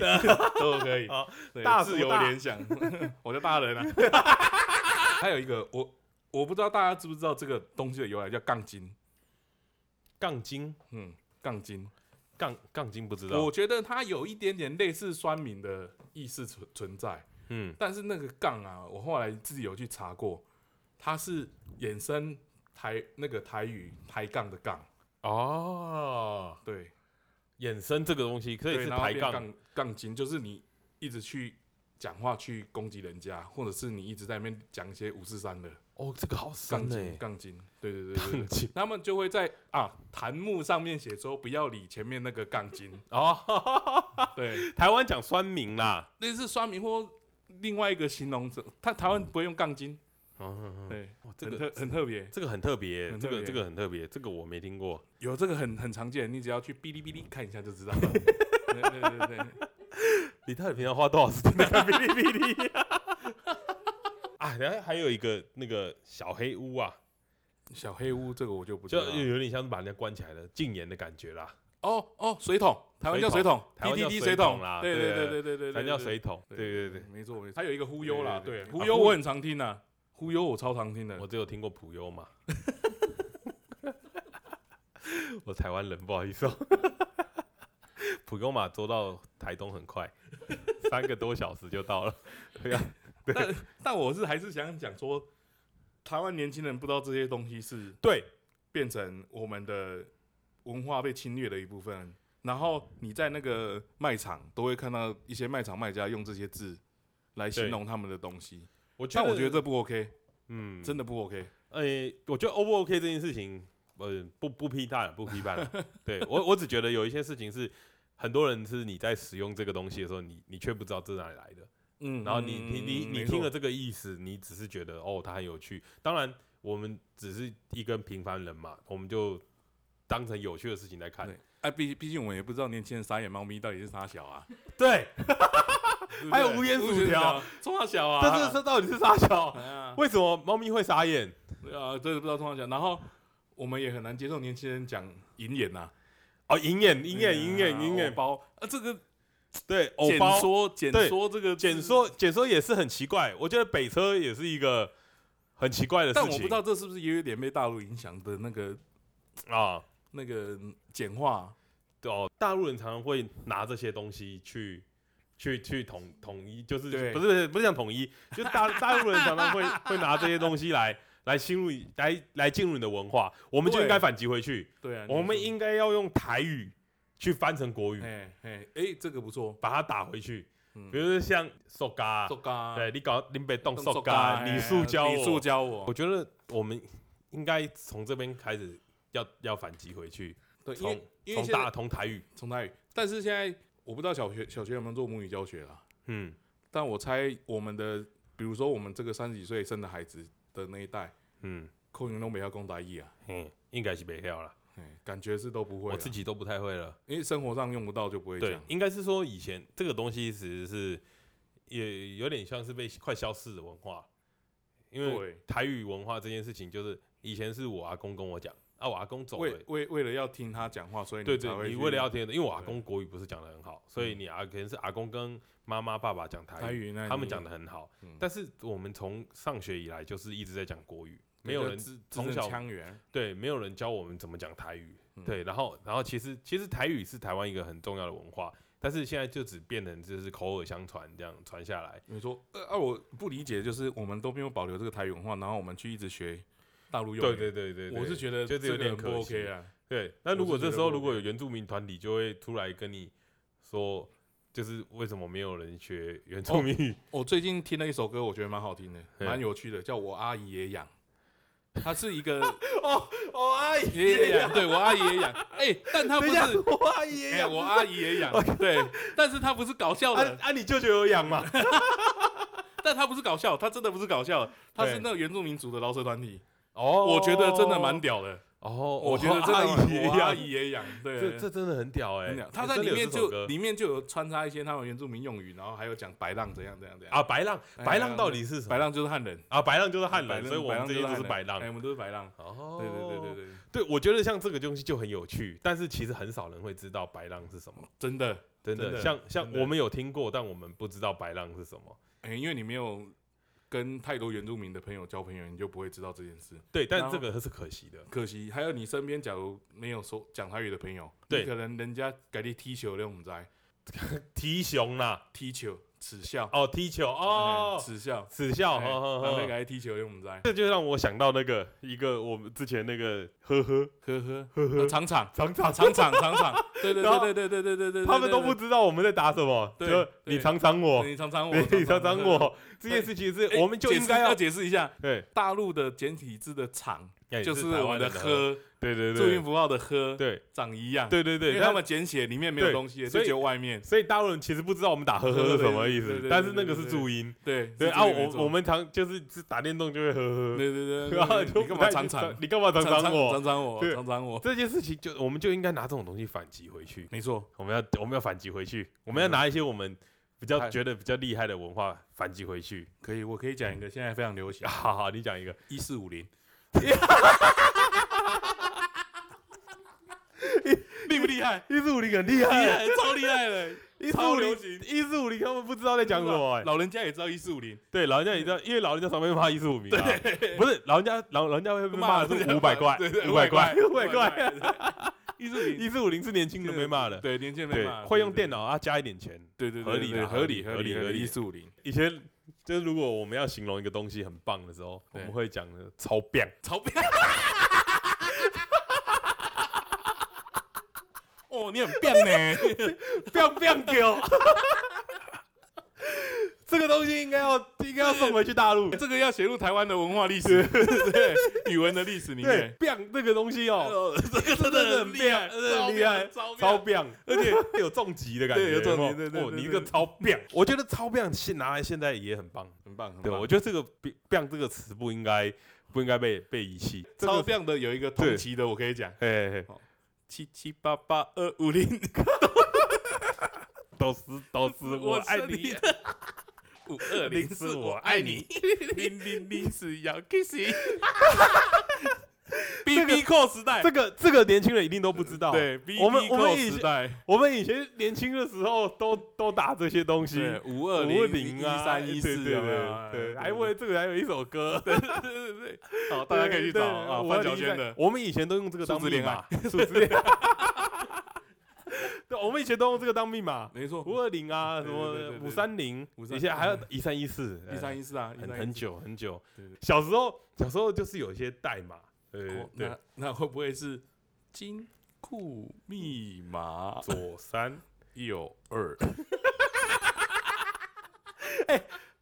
Speaker 1: 都可以
Speaker 2: 好，
Speaker 1: 对
Speaker 2: 哦大
Speaker 1: 自
Speaker 2: 不
Speaker 1: 由
Speaker 2: 大
Speaker 1: 联想， 我就大人 啊。还有一个，我我不知道大家知不知道这个东西的由来，叫杠精。
Speaker 2: 杠精，
Speaker 1: 嗯，杠精，
Speaker 2: 杠杠精不知道
Speaker 1: 我。觉得它有一点点类似酸民的意识存存在，
Speaker 2: 嗯，
Speaker 1: 但是那个杠啊，我后来自己有去查过，它是衍生台那个台语抬杠的杠，
Speaker 2: 哦，
Speaker 1: 对。
Speaker 2: 衍生这个东西可以
Speaker 1: 对，
Speaker 2: 是
Speaker 1: 然后
Speaker 2: 抬
Speaker 1: 变
Speaker 2: 杠，
Speaker 1: 杠杠精，就是你一直去讲话去攻击人家，或者是你一直在那边讲一些五四三的
Speaker 2: 哦，这个好
Speaker 1: 杠
Speaker 2: 深
Speaker 1: 精
Speaker 2: 哎，
Speaker 1: 杠精，对对对对
Speaker 2: 杠
Speaker 1: 对。
Speaker 2: 精
Speaker 1: 他们就会在啊弹幕上面写说不要理前面那个杠 精，
Speaker 2: 哦，
Speaker 1: 对，
Speaker 2: 台湾讲酸民啦，
Speaker 1: 类似刷明或另外一个形容词，他台湾不会用杠精，嗯
Speaker 2: 哦，
Speaker 1: 对，
Speaker 2: 哇这
Speaker 1: 很
Speaker 2: 个
Speaker 1: 特很特别，
Speaker 2: 这个很特别，
Speaker 1: 很
Speaker 2: 这
Speaker 1: 特
Speaker 2: 个
Speaker 1: 别
Speaker 2: 这个很特别，这个我没听过。
Speaker 1: 有这个很很常见，你只要去哔哩哔哩看一下就知道了。对对对对，
Speaker 2: 你到底平常花多少时间在看哔哩哔 哩？ 啊，然后还有一个那个小黑屋啊，
Speaker 1: 小黑屋这个我就不知
Speaker 2: 就
Speaker 1: 道。
Speaker 2: 有有点像是把人家关起来的禁言的感觉啦，
Speaker 1: 哦哦，水桶，台湾叫水桶
Speaker 2: 水桶台湾叫
Speaker 1: ，PTT
Speaker 2: 水
Speaker 1: 水
Speaker 2: 桶
Speaker 1: 桶
Speaker 2: 啦
Speaker 1: 对
Speaker 2: 对
Speaker 1: 对对对对对，
Speaker 2: 才叫水桶。对
Speaker 1: 对
Speaker 2: 对对，
Speaker 1: 没错没错，它有一个忽悠啦，
Speaker 2: 对对
Speaker 1: 对
Speaker 2: 对，
Speaker 1: 忽
Speaker 2: 啊
Speaker 1: 悠
Speaker 2: 忽
Speaker 1: 我很常听呐，忽悠我超常听的
Speaker 2: 我，只有听过普优嘛。 我台湾人，不好意思哦。普悠玛坐到台东很快，三个多小时就到了。
Speaker 1: 但我是还是想讲说，台湾年轻人不知道这些东西是
Speaker 2: 对，
Speaker 1: 变成我们的文化被侵略的一部分。然后你在那个卖场都会看到一些卖场卖家用这些字来形容他们的东西，
Speaker 2: 我觉
Speaker 1: 但
Speaker 2: 得，
Speaker 1: 我觉得，这不 OK，
Speaker 2: 嗯，
Speaker 1: 真的不 OK。
Speaker 2: 诶、我觉得 O 不 OK 这件事情，呃，不不批判了，不批判 了。对我，我只觉得有一些事情是很多人是你在使用这个东西的时候，你你却不知道这哪里来的。
Speaker 1: 嗯
Speaker 2: 然后你你你
Speaker 1: 嗯
Speaker 2: 你
Speaker 1: 没
Speaker 2: 听
Speaker 1: 错
Speaker 2: 了这个意思，你只是觉得哦，它很有趣。当然，我们只是一个平凡人嘛，我们就当成有趣的事情来看
Speaker 1: 对。哎，毕毕竟我们也不知道年轻人傻眼猫咪到底是啥小 啊，
Speaker 2: 对，
Speaker 1: 对不
Speaker 2: 还有
Speaker 1: 对
Speaker 2: 无烟薯条，
Speaker 1: 冲他小啊，
Speaker 2: 但是这到底是啥小？
Speaker 1: 哎呀
Speaker 2: 为什么猫咪会傻眼？
Speaker 1: 对啊，这个不知道通常讲，然后我们也很难接受年轻人讲银眼呐，
Speaker 2: 哦，银眼，银眼，
Speaker 1: 对啊
Speaker 2: 银眼，银眼
Speaker 1: 藕，包啊，哦这个
Speaker 2: 对，偶
Speaker 1: 简
Speaker 2: 包。
Speaker 1: 说简
Speaker 2: 对
Speaker 1: 说这个
Speaker 2: 简
Speaker 1: 字，
Speaker 2: 说简说也是很奇怪，我觉得北车也是一个很奇怪的事
Speaker 1: 但
Speaker 2: 情。
Speaker 1: 我不知道这是不是也有点被大陆影响的那个
Speaker 2: 啊，
Speaker 1: 那个简化，
Speaker 2: 对哦，大陆人常常会拿这些东西去去去统统一，就是
Speaker 1: 对
Speaker 2: 不是不是讲统一，就大大陆人常常会 会拿这些东西来来侵入你来来进入你的文化，我们就
Speaker 1: 对
Speaker 2: 应该反击回去，
Speaker 1: 对啊，
Speaker 2: 我们
Speaker 1: 英
Speaker 2: 应该要用台语去翻成国语，
Speaker 1: 哎哎哎，这个不错，
Speaker 2: 把它打回去。
Speaker 1: 嗯
Speaker 2: 比如说像塑嘎，
Speaker 1: 塑胶，
Speaker 2: 啊
Speaker 1: 啊
Speaker 2: 对你搞林北动
Speaker 1: 动
Speaker 2: 塑
Speaker 1: 塑
Speaker 2: 嘎，
Speaker 1: 胶
Speaker 2: 你
Speaker 1: 哎
Speaker 2: 塑胶
Speaker 1: 你
Speaker 2: 我
Speaker 1: 塑胶我
Speaker 2: 我，觉得我们应该从这边开始要要反击回去，
Speaker 1: 对，因
Speaker 2: 从
Speaker 1: 为因为
Speaker 2: 从
Speaker 1: 现在
Speaker 2: 大同台语，
Speaker 1: 从台语，但是现在我不知道小学小学有没有做母语教学啦，
Speaker 2: 嗯，
Speaker 1: 但我猜我们的，比如说我们这个三十几岁生的孩子的那一代，
Speaker 2: 嗯，
Speaker 1: 口音都没要讲台语啊，
Speaker 2: 嘿，应该是没跳了，
Speaker 1: 哎，感觉是都不会
Speaker 2: 我
Speaker 1: 啊，
Speaker 2: 自己都不太会了。
Speaker 1: 因为生活上用不到就不会
Speaker 2: 对
Speaker 1: 讲，，
Speaker 2: 应该是说以前这个东西其实是也有点像是被快消逝的文化，因为
Speaker 1: 对
Speaker 2: 台语文化这件事情，就是以前是我阿公跟我讲，啊，我阿公走了
Speaker 1: 为。为为了要听他讲话，所以
Speaker 2: 对
Speaker 1: 才
Speaker 2: 对，
Speaker 1: 会
Speaker 2: 你
Speaker 1: 去嗯
Speaker 2: 为了要听，因为我阿公国语不是讲的很好，所以你阿可能是阿公跟妈妈、爸爸讲
Speaker 1: 台语那你，
Speaker 2: 他们讲的很好，
Speaker 1: 哎嗯
Speaker 2: 但是我们从上学以来就是一直在讲国语，
Speaker 1: 对
Speaker 2: 没有
Speaker 1: 就
Speaker 2: 人
Speaker 1: 字
Speaker 2: 从
Speaker 1: 字正
Speaker 2: 小
Speaker 1: 腔圆，
Speaker 2: 对，没有人教我们怎么讲台语，
Speaker 1: 嗯
Speaker 2: 对，然后然后其实其实台语是台湾一个很重要的文化，但是现在就只变成就是口耳相传这样传下来，
Speaker 1: 你说呃啊，我不理解，就是我们都没有保留这个台语文化，然后我们去一直学大陆用
Speaker 2: 对
Speaker 1: 语，
Speaker 2: 对对对，对
Speaker 1: 我是觉得
Speaker 2: 就
Speaker 1: 这
Speaker 2: 是有
Speaker 1: 个
Speaker 2: 点
Speaker 1: 很不
Speaker 2: 可惜
Speaker 1: OK 啊，
Speaker 2: 对。那如果
Speaker 1: 我是觉
Speaker 2: 这
Speaker 1: 得
Speaker 2: 时候
Speaker 1: 不
Speaker 2: 如果
Speaker 1: OK
Speaker 2: 有原住民团体就会出来跟你说，就是为什么没有人学原住
Speaker 1: 哦
Speaker 2: 民 语？
Speaker 1: 我最近听了一首歌，我觉得蛮好听的，
Speaker 2: 嗯
Speaker 1: 蛮有趣的，叫我阿姨也养。 它是一个
Speaker 2: 哦，阿姨
Speaker 1: 爷爷养，对我阿姨也养。哎、但它不
Speaker 2: 等一
Speaker 1: 是，
Speaker 2: 下，我阿姨
Speaker 1: 哎、
Speaker 2: 也养
Speaker 1: 我阿姨也养，对，但是它不是搞笑
Speaker 2: 啊
Speaker 1: 的，
Speaker 2: 啊，你舅舅有养吗？
Speaker 1: 但它不是搞笑，它真的不是搞笑，它是
Speaker 2: 对
Speaker 1: 那个原住民族的饶舌团体，
Speaker 2: 哦
Speaker 1: 我觉得真的蛮屌的，
Speaker 2: 哦，
Speaker 1: 我觉得真的
Speaker 2: 阿
Speaker 1: 蛮
Speaker 2: 姨
Speaker 1: 我
Speaker 2: 一
Speaker 1: 阿
Speaker 2: 样
Speaker 1: 姨也养，
Speaker 2: 这
Speaker 1: 对。
Speaker 2: 这真的很屌哎、
Speaker 1: 很
Speaker 2: 欸
Speaker 1: 屌。他在
Speaker 2: 真
Speaker 1: 里
Speaker 2: 的有
Speaker 1: 面
Speaker 2: 这首
Speaker 1: 就
Speaker 2: 歌
Speaker 1: 里面就有穿插一些他们原住民用语，然后还有讲白浪怎样怎样怎样
Speaker 2: 啊，白浪，
Speaker 1: 哎
Speaker 2: 白浪到底是什么？
Speaker 1: 白浪就是汉人，
Speaker 2: 啊，白浪就是汉
Speaker 1: 白
Speaker 2: 人，所以我们这些都是白浪
Speaker 1: 哎，。我们都是白浪，
Speaker 2: 哦
Speaker 1: 对对对
Speaker 2: 对
Speaker 1: 对对，
Speaker 2: 对，我觉得像这个东西就很有趣，但是其实很少人会知道白浪是什么。
Speaker 1: 真的，
Speaker 2: 真的，
Speaker 1: 真的
Speaker 2: 像像
Speaker 1: 真的
Speaker 2: 我们有听过，但我们不知道白浪是什么。
Speaker 1: 哎、因为你没有跟太多原住民的朋友交朋友，你就不会知道这件事。
Speaker 2: 对，但
Speaker 1: 然后
Speaker 2: 这个是可惜的。
Speaker 1: 可惜，还有你身边假如没有说讲台语的朋友，
Speaker 2: 对
Speaker 1: 你可能人家给你踢球那种在
Speaker 2: 踢熊啦，
Speaker 1: 踢球耻笑
Speaker 2: 哦，踢球哦
Speaker 1: 哎，耻笑，
Speaker 2: 耻笑，
Speaker 1: 哎
Speaker 2: 呵呵
Speaker 1: 然后
Speaker 2: 呵
Speaker 1: 给你踢球那种在，
Speaker 2: 这就让我想到那个一个我们之前那个呵呵
Speaker 1: 呵呵呵呵，场场
Speaker 2: 常常
Speaker 1: 啊场场场场，对对
Speaker 2: 然后
Speaker 1: 对对对对对对对，
Speaker 2: 他们都不知道我们在打什么，
Speaker 1: 对
Speaker 2: 就
Speaker 1: 对
Speaker 2: 你常常我，
Speaker 1: 你常 常我，
Speaker 2: 你常常
Speaker 1: 常
Speaker 2: 我这件事情是
Speaker 1: 哎
Speaker 2: 我们就
Speaker 1: 解
Speaker 2: 应
Speaker 1: 释
Speaker 2: 该
Speaker 1: 要
Speaker 2: 要
Speaker 1: 解释一下，
Speaker 2: 对，
Speaker 1: 大陆的简体字的场就是
Speaker 2: 哎台
Speaker 1: 我
Speaker 2: 湾
Speaker 1: 们的
Speaker 2: 喝，
Speaker 1: 呵，
Speaker 2: 对对
Speaker 1: 注音
Speaker 2: 对
Speaker 1: 符号的呵，
Speaker 2: 对
Speaker 1: 长一样，
Speaker 2: 对对
Speaker 1: 因
Speaker 2: 对，
Speaker 1: 为他
Speaker 2: 他们
Speaker 1: 们简写里面没有
Speaker 2: 对
Speaker 1: 东西，
Speaker 2: 所
Speaker 1: 就
Speaker 2: 以
Speaker 1: 只有外面。
Speaker 2: 所以大陆人其实不知道我们打呵呵是什么意
Speaker 1: 对对
Speaker 2: 思
Speaker 1: 对，对
Speaker 2: 但是那个
Speaker 1: 对对
Speaker 2: 是
Speaker 1: 对
Speaker 2: 注音，
Speaker 1: 对
Speaker 2: 对
Speaker 1: 是
Speaker 2: 啊，
Speaker 1: 这个没错
Speaker 2: 我我们常就是只打电动就会呵呵，
Speaker 1: 对对对 对，
Speaker 2: 然后
Speaker 1: 对
Speaker 2: 就
Speaker 1: 你干
Speaker 2: 不
Speaker 1: 嘛
Speaker 2: 太
Speaker 1: 常
Speaker 2: 知道
Speaker 1: 常
Speaker 2: 你干嘛常常我
Speaker 1: 常常我
Speaker 2: 对
Speaker 1: 常常我，
Speaker 2: 这件事情就我们就应该拿这种东西反击回去，
Speaker 1: 没错，
Speaker 2: 我们要我们要反击回去，我们要拿一些我们比较
Speaker 1: 太
Speaker 2: 觉得比较厉害的文化反击回去。
Speaker 1: 可以，我可以讲一个现在非常流行
Speaker 2: 好好，你讲一个，
Speaker 1: 一四五零，厉不厉害？
Speaker 2: 一四五零很厉
Speaker 1: 厉
Speaker 2: 害，
Speaker 1: 害，超厉害的，
Speaker 2: 一四
Speaker 1: 超
Speaker 2: 五
Speaker 1: 流
Speaker 2: 零
Speaker 1: 行
Speaker 2: 一四五零他们不知道在讲什么、哎。
Speaker 1: 老人家也知道一四五零，
Speaker 2: 对，老人家也知道，因为老人家常被骂一十五名啊，不是老人家老老人家会被骂的 是五百块
Speaker 1: 对，对，
Speaker 2: 五百块，五
Speaker 1: 五
Speaker 2: 百
Speaker 1: 百
Speaker 2: 块，
Speaker 1: 块，一四零，
Speaker 2: 一四五零是年轻人被骂的，
Speaker 1: 对，年轻人没
Speaker 2: 对
Speaker 1: 骂，，
Speaker 2: 会用电
Speaker 1: 脑，
Speaker 2: 脑啊，加一点钱。
Speaker 1: 对对对，
Speaker 2: 合理的
Speaker 1: 对
Speaker 2: 合
Speaker 1: 合
Speaker 2: 理
Speaker 1: 理，
Speaker 2: 合理
Speaker 1: 理，
Speaker 2: 合理
Speaker 1: 一四五零，
Speaker 2: 以前就是如果我们要形容一个东西很棒的时候，我
Speaker 1: 对
Speaker 2: 们会讲的超棒，
Speaker 1: 超变。哦，你很变呢，
Speaker 2: 棒棒狗。这这个东西应该要应该要送回去大陆。
Speaker 1: 这个要写入台湾的文化历 史，对语文的历史里
Speaker 2: 对
Speaker 1: 面。
Speaker 2: ，biang 这个东西哦，
Speaker 1: 哦，这个真
Speaker 2: 的很厉害
Speaker 1: 真的很
Speaker 2: 真的很厉害
Speaker 1: 超厉
Speaker 2: 超
Speaker 1: 害
Speaker 2: biang，而且有重击的感觉，
Speaker 1: 对有重击
Speaker 2: 没
Speaker 1: 对对
Speaker 2: 哦，
Speaker 1: 对
Speaker 2: 你一
Speaker 1: 对
Speaker 2: 个超 biang，我觉得超 biang 现拿来现在也很棒。
Speaker 1: 很棒，很
Speaker 2: 对，
Speaker 1: 棒。
Speaker 2: 我觉得这个 biang 这个词不应该不应该被被遗弃。这
Speaker 1: 超
Speaker 2: 个，
Speaker 1: 亮的有一个同期的，我可以讲
Speaker 2: 哎，嘿
Speaker 1: 七七八八二五零，
Speaker 2: 都是都是我爱
Speaker 1: 是
Speaker 2: 你，，
Speaker 1: 五二零四我爱你，零零零是要 kissy。B B 扣时代
Speaker 2: 这，个这个年轻人一定都不知道。
Speaker 1: 对，B
Speaker 2: 我们
Speaker 1: B
Speaker 2: 我
Speaker 1: 扣
Speaker 2: 们以
Speaker 1: 时
Speaker 2: 前
Speaker 1: 代，
Speaker 2: 我们以前年轻的时候都都打这些东西。
Speaker 1: 对，五二
Speaker 2: 五
Speaker 1: 零
Speaker 2: 零
Speaker 1: 一
Speaker 2: 啊，
Speaker 1: 三一四，
Speaker 2: 对对对对，
Speaker 1: 哎
Speaker 2: 还为了这个还有一 首歌，
Speaker 1: 好，大家可以去找啊，
Speaker 2: 对
Speaker 1: 范晓萱的。
Speaker 2: 我们以前都用这个当
Speaker 1: 数字
Speaker 2: 密
Speaker 1: 恋
Speaker 2: 码， 数字恋爱。对，我们以前都用这个当密码，
Speaker 1: 没错，
Speaker 2: 五二零啊，什么
Speaker 1: 对对对对对
Speaker 2: 五三零，
Speaker 1: 530
Speaker 2: 以前还有一三一四，
Speaker 1: 一三
Speaker 2: 一，
Speaker 1: 一四啊，
Speaker 2: 很
Speaker 1: 1314
Speaker 2: 很。久很久
Speaker 1: 对对。
Speaker 2: 小时候小时候就是有一些代码，对对
Speaker 1: 哦
Speaker 2: 对，
Speaker 1: 那那会不会是金库密码
Speaker 2: 左三，
Speaker 1: 右二？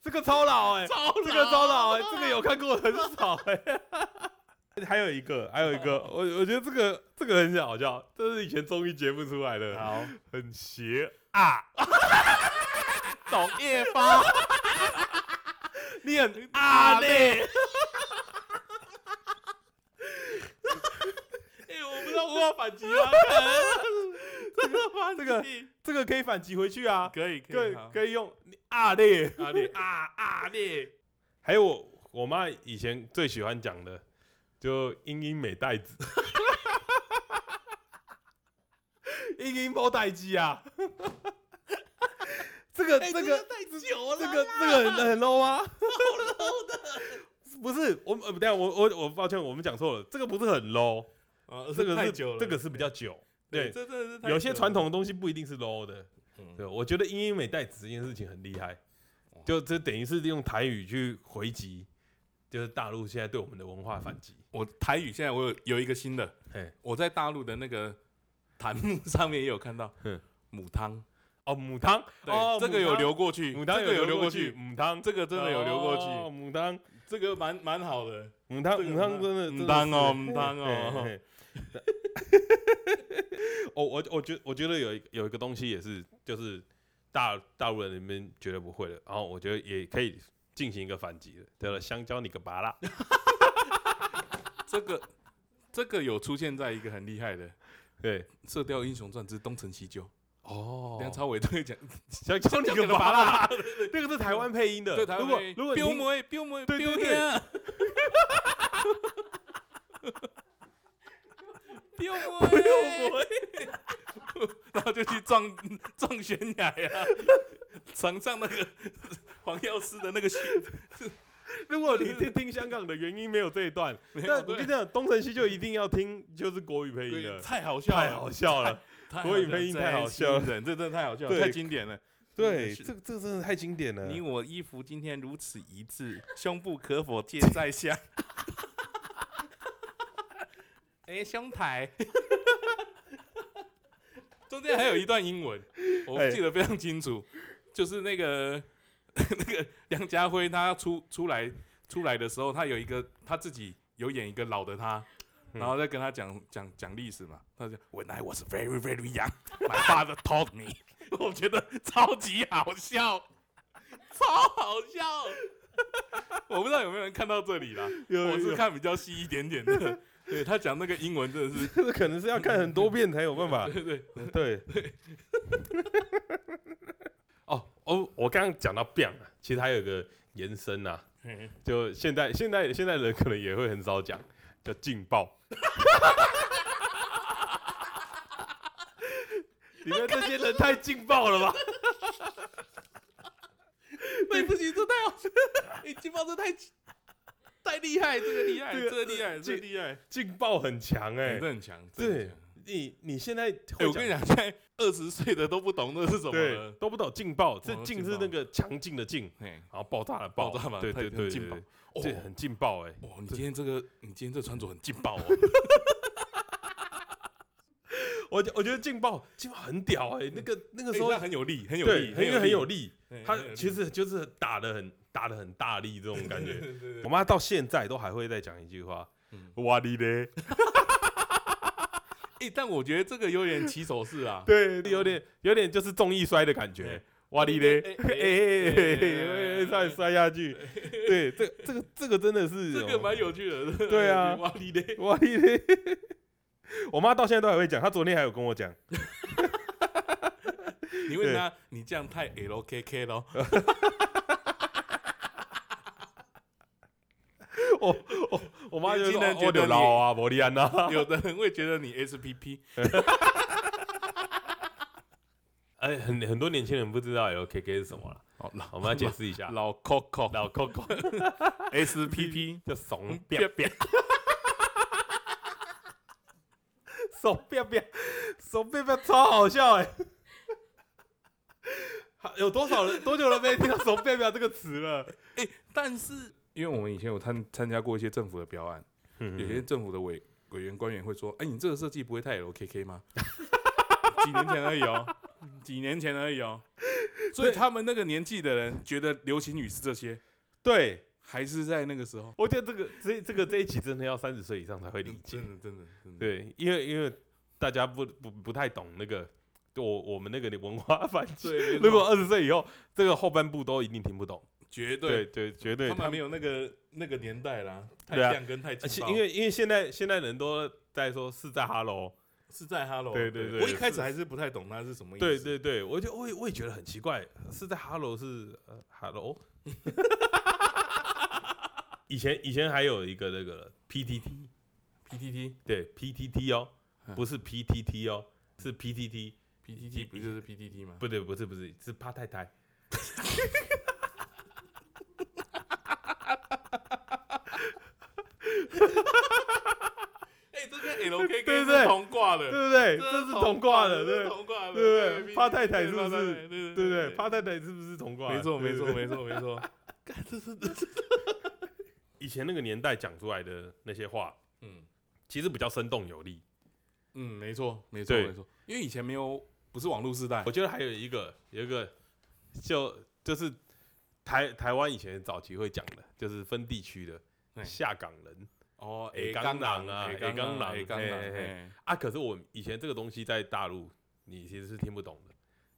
Speaker 2: 这个超老哎，
Speaker 1: 超欸
Speaker 2: 这个超老哎、这个有看过很少哎、 还有一个，还有一个，我我觉得这个这个很好笑，这是以前综艺节目出来的，
Speaker 1: 好，
Speaker 2: 很邪啊！
Speaker 1: 董夜芳，
Speaker 2: 你很啊嘞，
Speaker 1: 哎，我不知道无法反击啊，真的吗？
Speaker 2: 这个这个可以反击回去啊，
Speaker 1: 可以可
Speaker 2: 可
Speaker 1: 以
Speaker 2: 以
Speaker 1: 好
Speaker 2: 可以用你啊嘞。
Speaker 1: 啊 你啊啊你，
Speaker 2: 还有我我妈以前最喜欢讲的，就英英美代子， 英英包代机啊， 这个哎这个
Speaker 1: 太久
Speaker 2: 这个这个很很 low 吗？超 low 的， 不是我呃，不对，我我我抱歉，我们讲错了，这个不是很 low，
Speaker 1: 啊，
Speaker 2: 这个
Speaker 1: 太
Speaker 2: 是
Speaker 1: 久了，
Speaker 2: 这个是比较久，对，
Speaker 1: 这真的是太久了
Speaker 2: 有些传，统的东西不一定是 low 的，
Speaker 1: 嗯哦
Speaker 2: 对，我觉得英英美代词这件事情很厉害，就这等于是用台语去回击，就是大陆现在对我们的文化反击，
Speaker 1: 我台语现在我有有一个新的，
Speaker 2: 嘿，
Speaker 1: 我在大陆的那个弹幕上面也有看到
Speaker 2: 嗯，
Speaker 1: 母汤，
Speaker 2: 哦，母汤，哦
Speaker 1: 对，，这个有流过去，
Speaker 2: 母
Speaker 1: 这
Speaker 2: 汤，
Speaker 1: 个有
Speaker 2: 流
Speaker 1: 流过去，
Speaker 2: 去，母汤哦
Speaker 1: 这个真的有流过去，
Speaker 2: 母汤，
Speaker 1: 这个蛮蛮好的，
Speaker 2: 母汤，
Speaker 1: 这个
Speaker 2: 母嗯汤真的，真的
Speaker 1: 母汤哦，
Speaker 2: 是
Speaker 1: 母汤哦，
Speaker 2: 嘿嘿 哦，我我觉我觉得有一有一个东西也是，就是大大陆人里面绝对不会的，然后我觉得也可以进行一个反击的，对了，香蕉你个拔啦，
Speaker 1: 这个这个有出现在一个很厉害的《
Speaker 2: 对，
Speaker 1: 射雕英雄传之东成西就》，
Speaker 2: 哦
Speaker 1: 梁朝伟都会讲，
Speaker 2: 香蕉你个拔啦， 这个是台湾配音的，
Speaker 1: 对台
Speaker 2: 如果
Speaker 1: 湾
Speaker 2: 如果
Speaker 1: 彪
Speaker 2: 你
Speaker 1: 妹彪妹
Speaker 2: 对
Speaker 1: 彪妹
Speaker 2: 对对，
Speaker 1: 彪
Speaker 2: 彪
Speaker 1: 妹，然后就去撞撞悬崖呀，床上那个黄药师的那个血，
Speaker 2: 如果 你是听香港的原 因没有这一段，那我跟你讲，东成西 就一定要听，就是国语配音
Speaker 1: 对
Speaker 2: 的，
Speaker 1: 太好笑了，
Speaker 2: 太好笑了。
Speaker 1: 太好笑了，
Speaker 2: 国语配音太好笑了
Speaker 1: 真的这真的太好笑了，
Speaker 2: 对
Speaker 1: 太经典了。
Speaker 2: 对，
Speaker 1: 是
Speaker 2: 这个这个真的太经典了。
Speaker 1: 你我衣服今天如此一致， 胸部可否借在下？ 哎、兄台， 中间还有一段英 文，我
Speaker 2: 哎
Speaker 1: 记得非常清楚，就是那个 那个梁家辉他出出来出来的时候，他有一个他自己有演一个老的他。
Speaker 2: 嗯
Speaker 1: 然后再跟他讲讲讲历史嘛，他就 When I was very very young, my father taught me，我 觉得超级好笑，超好笑。
Speaker 2: 哦
Speaker 1: 我不知道有没有人看到这里啦，
Speaker 2: 有
Speaker 1: 我是
Speaker 2: 有
Speaker 1: 看比较细一点点的。对他讲那个英文真的是，
Speaker 2: 这个可能是要看很多遍才有办 法。
Speaker 1: 对对对，
Speaker 2: 对。哦哦，我刚刚讲到 biang，啊其实还有一个延伸啊，
Speaker 1: 嘿
Speaker 2: 就现在现在现在人可能也会很少讲，叫劲 爆。你们这些人太劲爆了吧？
Speaker 1: 对不起， 这太好笑，你金毛这太太厉害，这个厉害，
Speaker 2: 这
Speaker 1: 这
Speaker 2: 个
Speaker 1: 个厉害，这个厉害，
Speaker 2: 劲爆很强哎、
Speaker 1: 哎这很强，这很
Speaker 2: 对
Speaker 1: 强。
Speaker 2: 你你现在
Speaker 1: 哎，
Speaker 2: 会
Speaker 1: 我跟你
Speaker 2: 讲，
Speaker 1: 讲，现在二十岁的都不懂这是什么
Speaker 2: 对
Speaker 1: 了。
Speaker 2: 都不懂劲爆，这
Speaker 1: 什么
Speaker 2: 劲
Speaker 1: 劲
Speaker 2: 是
Speaker 1: 爆
Speaker 2: 那个强劲的劲，
Speaker 1: 嘿
Speaker 2: 然后爆炸的
Speaker 1: 爆炸嘛
Speaker 2: 对对
Speaker 1: 太
Speaker 2: 对
Speaker 1: 劲
Speaker 2: 对
Speaker 1: 爆
Speaker 2: 对，
Speaker 1: 哦
Speaker 2: 这很劲爆哎、
Speaker 1: 哇，你今天这个，你今天这穿着很劲爆哦。
Speaker 2: 我觉我觉得劲爆劲爆很屌哎、那个那个
Speaker 1: 那
Speaker 2: 时候、
Speaker 1: 很有力，很有
Speaker 2: 对
Speaker 1: 力，
Speaker 2: 很有很有力，他其实就是打的很打的很大力这种感觉。
Speaker 4: 对对
Speaker 2: 我妈到现在都还会再讲一句话
Speaker 1: 嗯：“
Speaker 2: 哇你嘞。
Speaker 1: 哎、但我觉得这个有点起手式啊！”
Speaker 2: 对，有点有点就是重易摔的感觉
Speaker 1: 对。
Speaker 2: 哇你嘞，
Speaker 1: 哎
Speaker 2: 哎哎哎，再摔下去。对，这这个这个真的是
Speaker 1: 这个蛮有趣的，
Speaker 2: 对啊
Speaker 1: 哇你嘞，
Speaker 2: 哇你嘞。我妈到现在都还会讲，她昨天还有跟我讲，
Speaker 1: 你问他，你这样太 LKK 咯。
Speaker 2: 我妈就
Speaker 1: 年
Speaker 2: 说
Speaker 1: 轻人觉得
Speaker 2: 哦就
Speaker 1: 你
Speaker 2: 老啊，摩利安娜。
Speaker 1: 有的人会觉得你 SPP，
Speaker 2: 哎，很很多年轻人不知道 LKK 是什么了，
Speaker 1: 哦老
Speaker 2: 我们来解释一下。
Speaker 1: 老 Coco
Speaker 2: 老 Coco
Speaker 1: SPP，
Speaker 2: 就怂
Speaker 1: 别
Speaker 2: 变，
Speaker 1: 别，
Speaker 2: 怂变变，怂变变，超好笑哎、有多少人多久人没听到“怂变变”这个词了？
Speaker 1: 但是因为我们以前有参参加过一些政府的标案，有
Speaker 2: 嗯
Speaker 1: 些政府的委委员官员会说，哎，你这个设计不会太 LKK 吗？ 几年前而已哦，几年前而已哦，所以他们那个年纪的人觉得流行语是这些，
Speaker 2: 对，
Speaker 1: 还是在那个时候，
Speaker 2: 我觉得这个这这个这一期真的要三十岁以上才会理解。嗯
Speaker 1: 真的真的真的，
Speaker 2: 对，因为因为大家不不不太懂那个我我们那个文化 反击。
Speaker 1: 对
Speaker 2: 如果二十岁以后，这个后半部都一定听不懂。
Speaker 1: 绝对
Speaker 2: 对对，绝对
Speaker 1: 他们没有那个那个年代啦，太
Speaker 2: 对啊
Speaker 1: 像跟太
Speaker 2: 而且
Speaker 1: 劲爆，
Speaker 2: 因为因为现在现在人都在说是在 Hello，
Speaker 1: 是在 Hello，
Speaker 2: 对对对
Speaker 1: 我一开始还是不太懂它是什么意思，
Speaker 2: 对对对，我就我也我也觉得很奇怪，是在 Hello 是呃 Hello，以前以前还有一个那个 PTT，
Speaker 1: ，PTT
Speaker 2: 对 PTT 哦，
Speaker 1: 嗯
Speaker 2: 不是 PTT 哦，是 PTT，
Speaker 1: PTT 不就是 PTT 吗？
Speaker 2: 不对不是不是是怕太太，
Speaker 1: 哎，这跟 LKK
Speaker 2: 对
Speaker 1: 是
Speaker 2: 对
Speaker 1: 同挂的，
Speaker 2: 对不对？
Speaker 1: 这
Speaker 2: 这是
Speaker 1: 同
Speaker 2: 同挂
Speaker 1: 的，这
Speaker 2: 的，对
Speaker 1: 是同挂的，
Speaker 2: 对不对
Speaker 1: 对
Speaker 2: 怕太太是不是
Speaker 1: 对对
Speaker 2: 对不对？
Speaker 1: 对，
Speaker 2: 怕太太是不是同挂的？
Speaker 1: 没错
Speaker 2: 对
Speaker 1: 没
Speaker 2: 对
Speaker 1: 错
Speaker 2: 对
Speaker 1: 没错没错，干这是这是
Speaker 2: 以前那个年代讲出来的那些话，
Speaker 1: 嗯
Speaker 2: 其实比较生动有力。
Speaker 1: 嗯，没错没错
Speaker 2: 对哦
Speaker 1: 没错，因为以前没有不是网络时代
Speaker 2: 我，觉得还有一个，有一个就就是台台湾以前早期会讲的，就是分地区的
Speaker 1: 对
Speaker 2: 下港人
Speaker 1: 哦
Speaker 2: 诶
Speaker 1: 钢
Speaker 2: 钢狼啊
Speaker 1: 诶
Speaker 2: 诶钢狼
Speaker 1: 诶钢狼，
Speaker 2: 嘿嘿嘿
Speaker 1: 嘿
Speaker 2: 啊。可是我以前这个东西在大陆，你其实是听不懂的。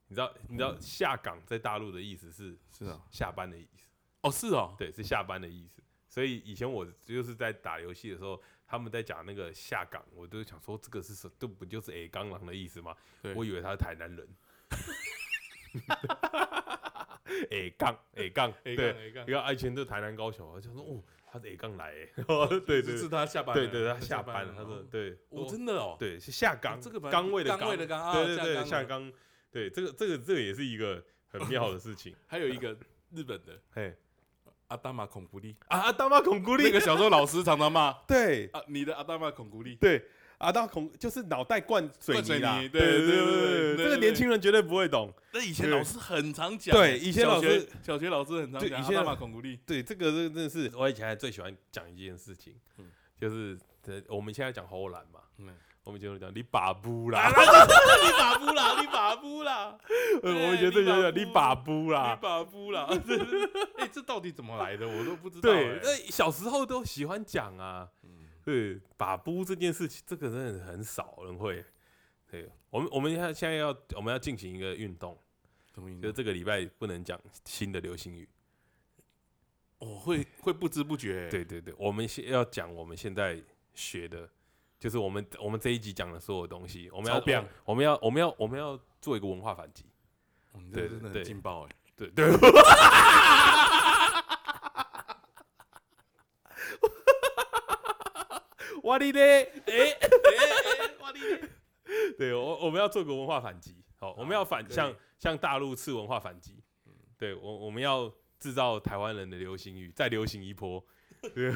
Speaker 2: 你知道，你知道下港在大陆的意思是
Speaker 1: 是啊，
Speaker 2: 下班的意思，
Speaker 1: 哦是哦，
Speaker 2: 对，是下班的意思。所以以前我就是在打游戏的时候，他们在讲那个下港，我都想说这个是什，这不就是 A 刚狼的意思吗
Speaker 1: 对？
Speaker 2: 我以为他是台南人。A 杠 A 杠，
Speaker 1: 诶
Speaker 2: 对，
Speaker 1: 钢诶钢
Speaker 2: 因为以前都台南高雄，我就说哦，他是 A 杠来欸，对对
Speaker 1: 是是
Speaker 2: 对
Speaker 1: 他下班了，
Speaker 2: 对对，他下班了，
Speaker 1: 了
Speaker 2: 他说
Speaker 1: 哦
Speaker 2: 对，
Speaker 1: 哦真的哦，
Speaker 2: 对是下岗，
Speaker 1: 哦这个本来
Speaker 2: 岗位的
Speaker 1: 岗位的岗啊
Speaker 2: 对
Speaker 1: 下
Speaker 2: 对对，
Speaker 1: 岗
Speaker 2: 下
Speaker 1: 了
Speaker 2: 岗，对这个这个这个也是一个很妙的事情，
Speaker 1: 还有一个日本的
Speaker 2: 嘿
Speaker 1: 阿达玛孔古力，
Speaker 2: 啊，大妈恐孤
Speaker 1: 那
Speaker 2: 立，
Speaker 1: 个小时候老师常常骂
Speaker 2: 对，
Speaker 1: 啊，你的阿达玛孔古力，
Speaker 2: 对，阿大孔就是脑袋灌水泥啦
Speaker 1: 灌水泥
Speaker 2: 对
Speaker 1: 对对
Speaker 2: 对
Speaker 1: 对对
Speaker 2: 这个
Speaker 1: 对
Speaker 2: 年轻人绝对不会懂。
Speaker 1: 那以前
Speaker 2: 对
Speaker 1: 老师很常讲，
Speaker 2: 对以前
Speaker 1: 小
Speaker 2: 老师
Speaker 1: 学小学老师很常
Speaker 2: 对
Speaker 1: 讲
Speaker 2: 以
Speaker 1: 阿
Speaker 2: 前
Speaker 1: 达玛孔古力，
Speaker 2: 对，这个真的是我以前还最喜欢讲一件事情，
Speaker 1: 嗯
Speaker 2: 就是呃我们现在讲荷兰嘛，
Speaker 1: 嗯
Speaker 2: 我们以前会讲你把布
Speaker 1: 啊
Speaker 2: 啦，
Speaker 1: 你把不啦，你把不 啦，
Speaker 2: 呃我以前最喜欢讲
Speaker 1: 你
Speaker 2: 你
Speaker 1: 把
Speaker 2: 把布
Speaker 1: 你
Speaker 2: 啦。
Speaker 1: 把不 啦，哎，这到底怎么来的，我都不知道。
Speaker 2: 对
Speaker 1: 哎，
Speaker 2: 那小时候都喜欢讲啊。
Speaker 1: 嗯
Speaker 2: 对，把布这件事情，这个真的很少人会。对，我们我们现在现在要我们要进行一个运动，
Speaker 1: 怎么赢
Speaker 2: 就是？这个礼拜不能讲新的流行语。
Speaker 1: 我哦会会不知不觉，，哎
Speaker 2: 对对对，我们现要讲我们现在学的，就是我们我们这一集讲的所有东西，我们要
Speaker 1: 超棒
Speaker 2: 我们要我们要我们要做一个文化反击。
Speaker 1: 哦你这个
Speaker 2: 对
Speaker 1: 真的
Speaker 2: 对
Speaker 1: 很劲爆哎，
Speaker 2: 对对。 哇哩嘞！
Speaker 1: 哇你
Speaker 2: 对我我们要做个文化反击，好，我们要反
Speaker 1: 可以
Speaker 2: 向向大陆次文化反击。嗯对我我们要制造台湾人的流行语，再流行一波。 对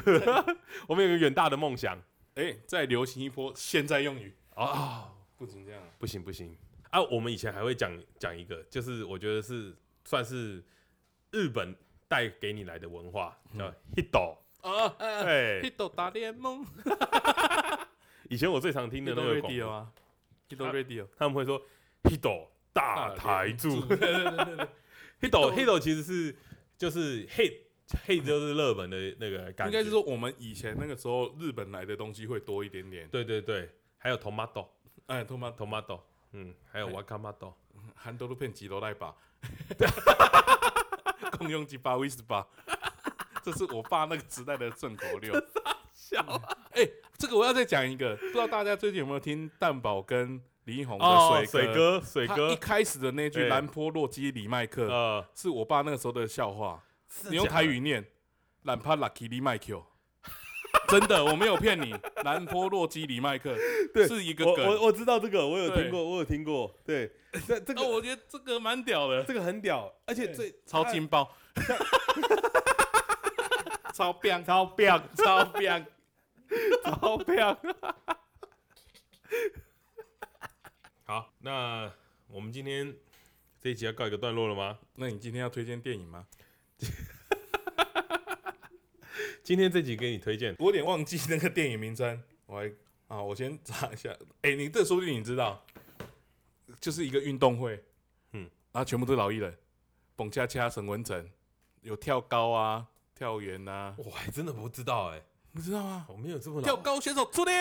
Speaker 2: 我们有个远大的梦想
Speaker 1: 哎，再流行一波现在用语，
Speaker 2: 啊！
Speaker 1: 不仅这样啊，
Speaker 2: 不行不行啊！我们以前还会讲讲一个，就是我觉得是算是日本带给你来的文化，叫 hito。
Speaker 1: 嗯 啊哎，哎
Speaker 2: 哎、
Speaker 1: 黑豆打联盟，
Speaker 2: 以前我最常听的
Speaker 1: 黑
Speaker 2: 那
Speaker 1: 豆
Speaker 2: 个广
Speaker 1: radio
Speaker 2: 播，
Speaker 1: 啊，黑豆 radio，
Speaker 2: 他们会说 hito 大台柱
Speaker 1: 对对对对对
Speaker 2: ，hito hito 其实是就是 hit hit 就是热门的那个感
Speaker 1: 应
Speaker 2: 觉，
Speaker 1: 该是说我们以前那个时候日本来的东西会多一点点。
Speaker 2: 对对对，还有 tomato
Speaker 1: 哎，他妈
Speaker 2: tomato，嗯，还有
Speaker 1: 哎
Speaker 2: wakamato，
Speaker 1: 韩多路片几楼来吧？ 共用几八 V 十八，这是我爸那个时代的顺口溜。
Speaker 2: 笑
Speaker 1: 哎、这个我要再讲一个，不知道大家最近有没有听蛋宝跟李一红
Speaker 2: 哦
Speaker 1: 的，
Speaker 2: 水
Speaker 1: 歌？
Speaker 2: 哥水
Speaker 1: 他一
Speaker 2: 哥，
Speaker 1: 开始的那句
Speaker 2: 哎
Speaker 1: “兰波洛基里麦克”
Speaker 2: 呃，
Speaker 1: 是我爸那个时候的笑话。你
Speaker 2: 你
Speaker 1: 用台语念“兰帕拉基里麦克”， 真的，我没有骗你，“兰波洛基里麦克”
Speaker 2: 对
Speaker 1: 是一个
Speaker 2: 我
Speaker 1: 梗。
Speaker 2: 我我知道这个，我有
Speaker 1: 对
Speaker 2: 听过，我有听过，对，这这
Speaker 1: 哦，
Speaker 2: 个
Speaker 1: 我觉得这个蛮屌的，
Speaker 2: 这个很屌，而且最
Speaker 1: 超劲爆， 超棒，超棒，超棒，
Speaker 2: 好漂亮。好，那我们今天这一集要告一个段落了吗？
Speaker 1: 那你今天要推荐电影吗？
Speaker 2: 今天这集给你推荐，
Speaker 1: 我有点忘记那个电影名称，我还啊，我先查一下。哎、你这说不定你知道，就是一个运动会，
Speaker 2: 嗯
Speaker 1: 嗯，然后全部都是老艺人，蹦恰恰、沈文成，有跳高啊、跳远啊，
Speaker 2: 我还真的不知道哎、
Speaker 1: 你知道吗？
Speaker 2: 我没有这么
Speaker 1: 跳
Speaker 2: 老，
Speaker 1: 高选手出列，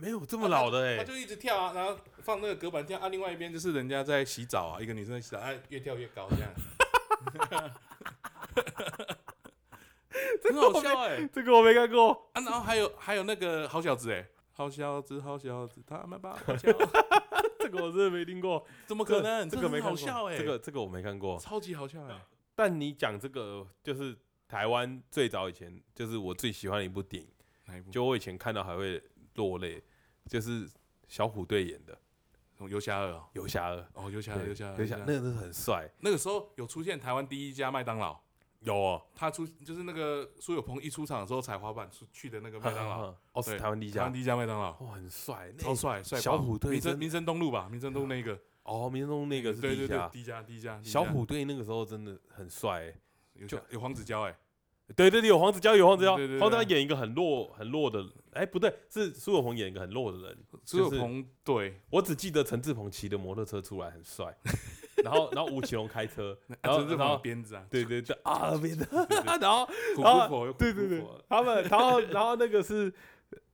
Speaker 2: 没有这么老的哎、
Speaker 1: 啊他就一直跳啊，然后放那个隔板跳啊，另外一边就是人家在洗澡啊，一个女生在洗澡，啊，越跳越高这样。很
Speaker 2: 欸
Speaker 1: 好笑哎、
Speaker 2: 这个我没看过，
Speaker 1: 啊，然后还有还有那个好小子哎、好小子，好小子，他们把好小子，
Speaker 2: 这个我真的没 听过，
Speaker 1: 怎么可能？
Speaker 2: 这
Speaker 1: 真
Speaker 2: 个
Speaker 1: 的
Speaker 2: 没
Speaker 1: 很
Speaker 2: 看
Speaker 1: 好笑
Speaker 2: 过
Speaker 1: 哎、
Speaker 2: 这个这个我没看过。
Speaker 1: 超级好笑哎、
Speaker 2: 但你讲这个就是台湾最早以前，就是我最喜欢的一部电影，
Speaker 1: 哪一部？
Speaker 2: 就我以前看到还会落泪，就是小虎队演的《
Speaker 1: 就游侠二哦，
Speaker 2: 游侠二》。
Speaker 1: 哦，游侠二，
Speaker 2: 对
Speaker 1: 游侠二，
Speaker 2: 游侠
Speaker 1: 那
Speaker 2: 那个真的很帅，
Speaker 1: 那个时候有出现台湾第一家麦当劳，
Speaker 2: 有哦，
Speaker 1: 他出就是那个苏有朋一出场的时候踩滑板出去的那个麦当劳，
Speaker 2: 哦是
Speaker 1: 对
Speaker 2: 台湾第一
Speaker 1: 台
Speaker 2: 家
Speaker 1: 湾，第一家麦当劳，
Speaker 2: 哇很帅，那
Speaker 1: 超帅，帅爆
Speaker 2: 小虎队
Speaker 1: 民生
Speaker 2: 真
Speaker 1: 民生东路吧，民生东那个
Speaker 2: 哦，民众那个是
Speaker 1: 对
Speaker 2: 第一
Speaker 1: 对对
Speaker 2: 家，，
Speaker 1: 第一家第一家，第一
Speaker 2: 小
Speaker 1: 家
Speaker 2: 虎队那个时候真的很帅欸，
Speaker 1: 有
Speaker 2: 就
Speaker 1: 小有黄子佼哎，
Speaker 2: 对对对，有黄子佼，有黄子佼，
Speaker 1: 对对对
Speaker 2: 黄子佼演一个很弱很弱的，哎不对，是苏有朋演一个很弱的人，
Speaker 1: 苏有朋对，
Speaker 2: 我只记得陈志鹏骑的摩托车出来很 帅，然后然后吴奇隆开车，然
Speaker 1: 然
Speaker 2: 后
Speaker 1: 啊后这
Speaker 2: 然后
Speaker 1: 旁鞭子啊，
Speaker 2: 对对对 啊，别的， 然后
Speaker 1: 苦
Speaker 2: 然后啊
Speaker 1: 苦口又苦
Speaker 2: 对对
Speaker 1: 苦
Speaker 2: 对
Speaker 1: 口，
Speaker 2: 他们然后然后那个是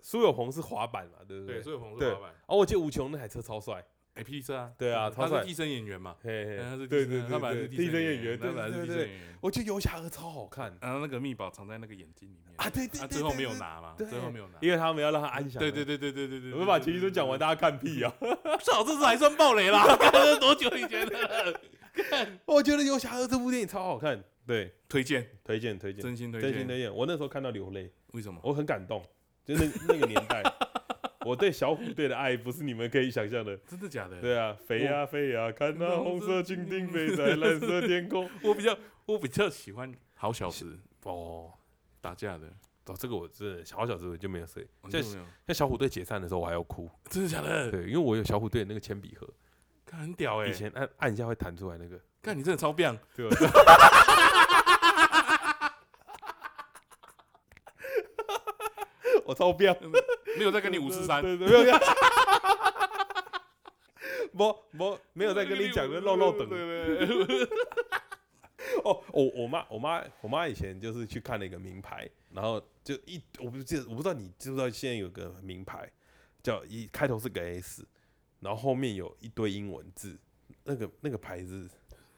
Speaker 2: 苏有朋是滑板嘛，对不对
Speaker 1: 对，？苏有朋
Speaker 2: 对
Speaker 1: 是老板，
Speaker 2: 哦，我记得吴奇隆那台车超帅，
Speaker 1: 哎，霹雳车啊，
Speaker 2: 对啊超
Speaker 1: 他
Speaker 2: 帅
Speaker 1: 是替身演员嘛，
Speaker 2: 嘿嘿，
Speaker 1: 嗯他是
Speaker 2: 对
Speaker 1: 替身
Speaker 2: 对对，
Speaker 1: 他本来
Speaker 2: 对
Speaker 1: 是
Speaker 2: 替身演员，
Speaker 1: 他
Speaker 2: 对
Speaker 1: 本来
Speaker 2: 对
Speaker 1: 是替
Speaker 2: 对
Speaker 1: 身
Speaker 2: 对，
Speaker 1: 演员，
Speaker 2: 我觉得游侠二超好看
Speaker 1: 然后那个密宝藏在那个眼睛里面
Speaker 2: 啊，，对对，
Speaker 1: 他
Speaker 2: 对
Speaker 1: 最后没有，拿嘛，
Speaker 2: 对
Speaker 1: 最后没有拿，
Speaker 2: 对因为他们要让他安详，啊
Speaker 1: 对对对对对对对，
Speaker 2: 我们把结局都讲完，大家看屁啊！
Speaker 1: 正好这次还算暴雷 啦， 看了多久以前的？
Speaker 2: 我觉得游侠二这部电影超好看，对，
Speaker 1: 推荐，
Speaker 2: 推荐推荐，
Speaker 1: 真心推
Speaker 2: 真心
Speaker 1: 荐，
Speaker 2: 推荐，我那时候看到流泪，
Speaker 1: 为什么？
Speaker 2: 我很感动， 就是那那个年代。我对小虎队的爱不是你们可以想象的，
Speaker 1: 真的假的？
Speaker 2: 对啊，飞呀飞呀，看那红色蜻蜓飞在蓝色 天空。
Speaker 1: 我比较我比较喜欢好小子
Speaker 2: 哦，
Speaker 1: 打架的，
Speaker 2: 哦，这个我真的小小时候哦就没有睡，
Speaker 1: 你
Speaker 2: 在
Speaker 1: 有没有？
Speaker 2: 在小虎队解散的时候我还要哭，
Speaker 1: 真的假的？
Speaker 2: 对，因为我有小虎队的那个铅笔盒，
Speaker 1: 看很屌哎、
Speaker 2: 以前按按一下会弹出来那个，
Speaker 1: 看你真的超棒，
Speaker 2: 对，我超 彪，
Speaker 1: 没有在跟你五十三，
Speaker 2: 对对，没有，没没没有在跟你讲的漏漏等。
Speaker 1: 对对对，
Speaker 2: 哦，我我妈我妈我妈以前就是去看了一个名牌，然后就一我不记得我不知道你知不知道现在有个名牌叫一开头是个 S，然后后面有一堆英文字，那个那个牌子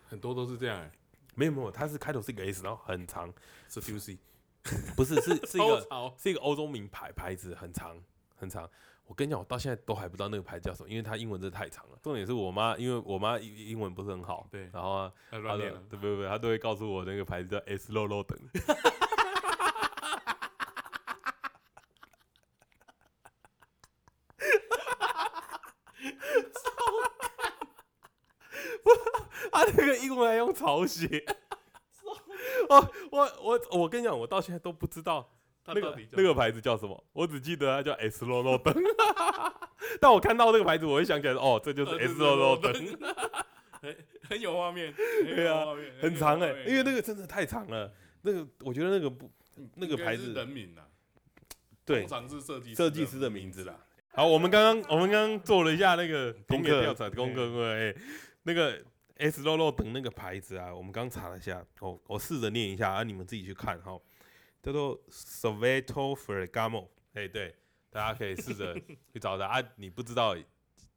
Speaker 1: 很多都是这样
Speaker 2: 欸
Speaker 1: 哎、
Speaker 2: 没有没有，它是开头是个 S，然后很长，
Speaker 1: 是 Fusey，
Speaker 2: 不是是是一个
Speaker 1: 潮，
Speaker 2: 是一个欧洲名牌牌子，很长很长。我跟你讲，我到现在都还不知道那个牌子叫什么，因为它英文真的太长了。重点是我妈，因为我妈英英文不是很好，
Speaker 1: 对
Speaker 2: 然后啊，
Speaker 1: 他
Speaker 2: 他
Speaker 1: 乱
Speaker 2: 的
Speaker 1: 念了，
Speaker 2: 对不对？他都会告诉我那个牌子叫 S 肉肉等。他那个英文还用草写，我我我我跟你讲，我到现在都不知道
Speaker 1: 他
Speaker 2: 那
Speaker 1: 到
Speaker 2: 个
Speaker 1: 底叫
Speaker 2: 那个牌子叫什么，我只记得它叫 S 肉肉灯。 但我看到那个牌子，我会想起来说，哦，这就是
Speaker 1: 呃
Speaker 2: S 肉肉灯。
Speaker 1: 很有画面，
Speaker 2: 对啊 很长哎、
Speaker 1: 哎、
Speaker 2: 因为那个真的太长了。那个我觉得那个不那个
Speaker 1: 嗯应该
Speaker 2: 牌
Speaker 1: 是
Speaker 2: 子
Speaker 1: 人名呐、啊，
Speaker 2: 对
Speaker 1: 通常是设计
Speaker 2: 设计师的名字啦。好，我们刚刚我们刚刚做了一下那个
Speaker 1: 田野
Speaker 2: 功课
Speaker 1: 调
Speaker 2: 调
Speaker 1: 查
Speaker 2: 查功课，各位、哎那个 S 肉肉等那个牌子啊，我们刚查了一下，哦，我试着念一下啊，你们自己去看哈、叫做 Salvato Ferragamo，哎、对，大家可以试 着去找找啊，你不知道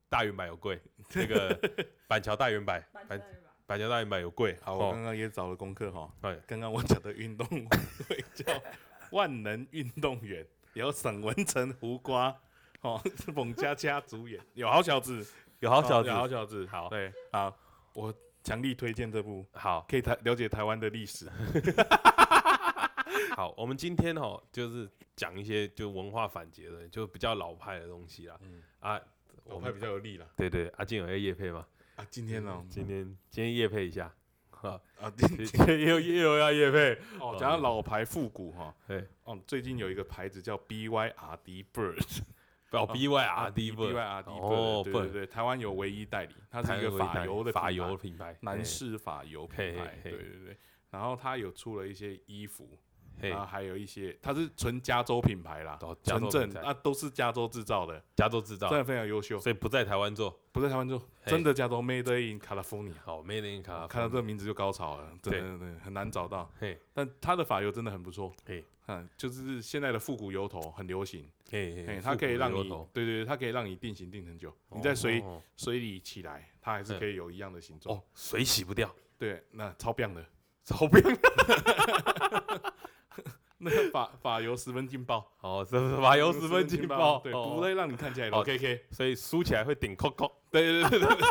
Speaker 2: 大圆柏有贵，那个板桥大圆柏，
Speaker 4: 蛮
Speaker 2: 板
Speaker 4: 对吧？
Speaker 2: 板桥大圆柏有贵，
Speaker 1: 好，我
Speaker 2: 哦
Speaker 1: 刚刚也找了功课哈。
Speaker 2: 哎
Speaker 1: 刚刚我讲的运动会叫万能运动员，由沈文成、胡瓜、哦冯佳佳主演，有好小子，
Speaker 2: 有好小
Speaker 1: 哦
Speaker 2: 子
Speaker 1: 有，好小子，
Speaker 2: 好
Speaker 1: 对，好，我强力推荐这部，
Speaker 2: 好，
Speaker 1: 可以台了解台湾的历史。
Speaker 2: 好，我们今天哦，就是讲一些就文化反诘的，就比较老派的东西啦。
Speaker 1: 嗯
Speaker 2: 啊，
Speaker 1: 我拍比较有力了
Speaker 2: 对对，阿静有要叶配吗？
Speaker 1: 啊，今天呢，
Speaker 2: 今天今天叶配一下， 哈，
Speaker 1: 啊，今
Speaker 2: 今天又又要叶配，
Speaker 1: 哦，讲到老牌复古哈，
Speaker 2: 对，
Speaker 1: 哦，最近有一个牌子叫 BYRD Bird，
Speaker 2: 哦，B Y R D
Speaker 1: 啊 b y r d Bird，
Speaker 2: 哦
Speaker 1: 对对
Speaker 2: ，Bird，
Speaker 1: 对，台湾有唯一代理，它
Speaker 2: 它
Speaker 1: 是一个法油的
Speaker 2: 法
Speaker 1: 品牌
Speaker 2: 油品牌，
Speaker 1: 男士法油品牌，对
Speaker 2: 嘿嘿嘿
Speaker 1: 对对。然后它有出了一些衣服，
Speaker 2: 嘿，
Speaker 1: 然后
Speaker 2: 嘿，
Speaker 1: 还有一些，它是纯加州品牌啦，
Speaker 2: 哦加州
Speaker 1: 啊纯正
Speaker 2: 品牌
Speaker 1: 啊，都是加州制造的，
Speaker 2: 加州制造
Speaker 1: 真，的非常优秀。
Speaker 2: 所以不在台湾做，
Speaker 1: 不在台湾做，
Speaker 2: 嘿
Speaker 1: 真的加州 Made in California，
Speaker 2: 好，Made in 卡，
Speaker 1: 看到这个名字就高潮了，真
Speaker 2: 对
Speaker 1: 的真的很难找到。
Speaker 2: 嘿，
Speaker 1: 但它的法油真的很不错，
Speaker 2: 嘿，
Speaker 1: 嗯，就是现在的复古油头很流行，
Speaker 2: 嘿，
Speaker 1: 哎，
Speaker 2: 嘿，
Speaker 1: 它可以让
Speaker 2: 复古
Speaker 1: 你
Speaker 2: 油头，
Speaker 1: 对对，对它可以让你定型定很久，你在水
Speaker 2: 哦
Speaker 1: 水里起来，它还是可以有一样的形状
Speaker 2: 哦，，水洗不掉，
Speaker 1: 对，那超棒的。
Speaker 2: 超标，
Speaker 1: 那个法法油十分劲爆，
Speaker 2: 哦，是不是法油十分劲爆？
Speaker 1: 对，
Speaker 2: 哦
Speaker 1: 不会让你看起来
Speaker 2: 哦
Speaker 1: K K，
Speaker 2: 所以梳起来会顶扣 扣。
Speaker 1: 对对对对，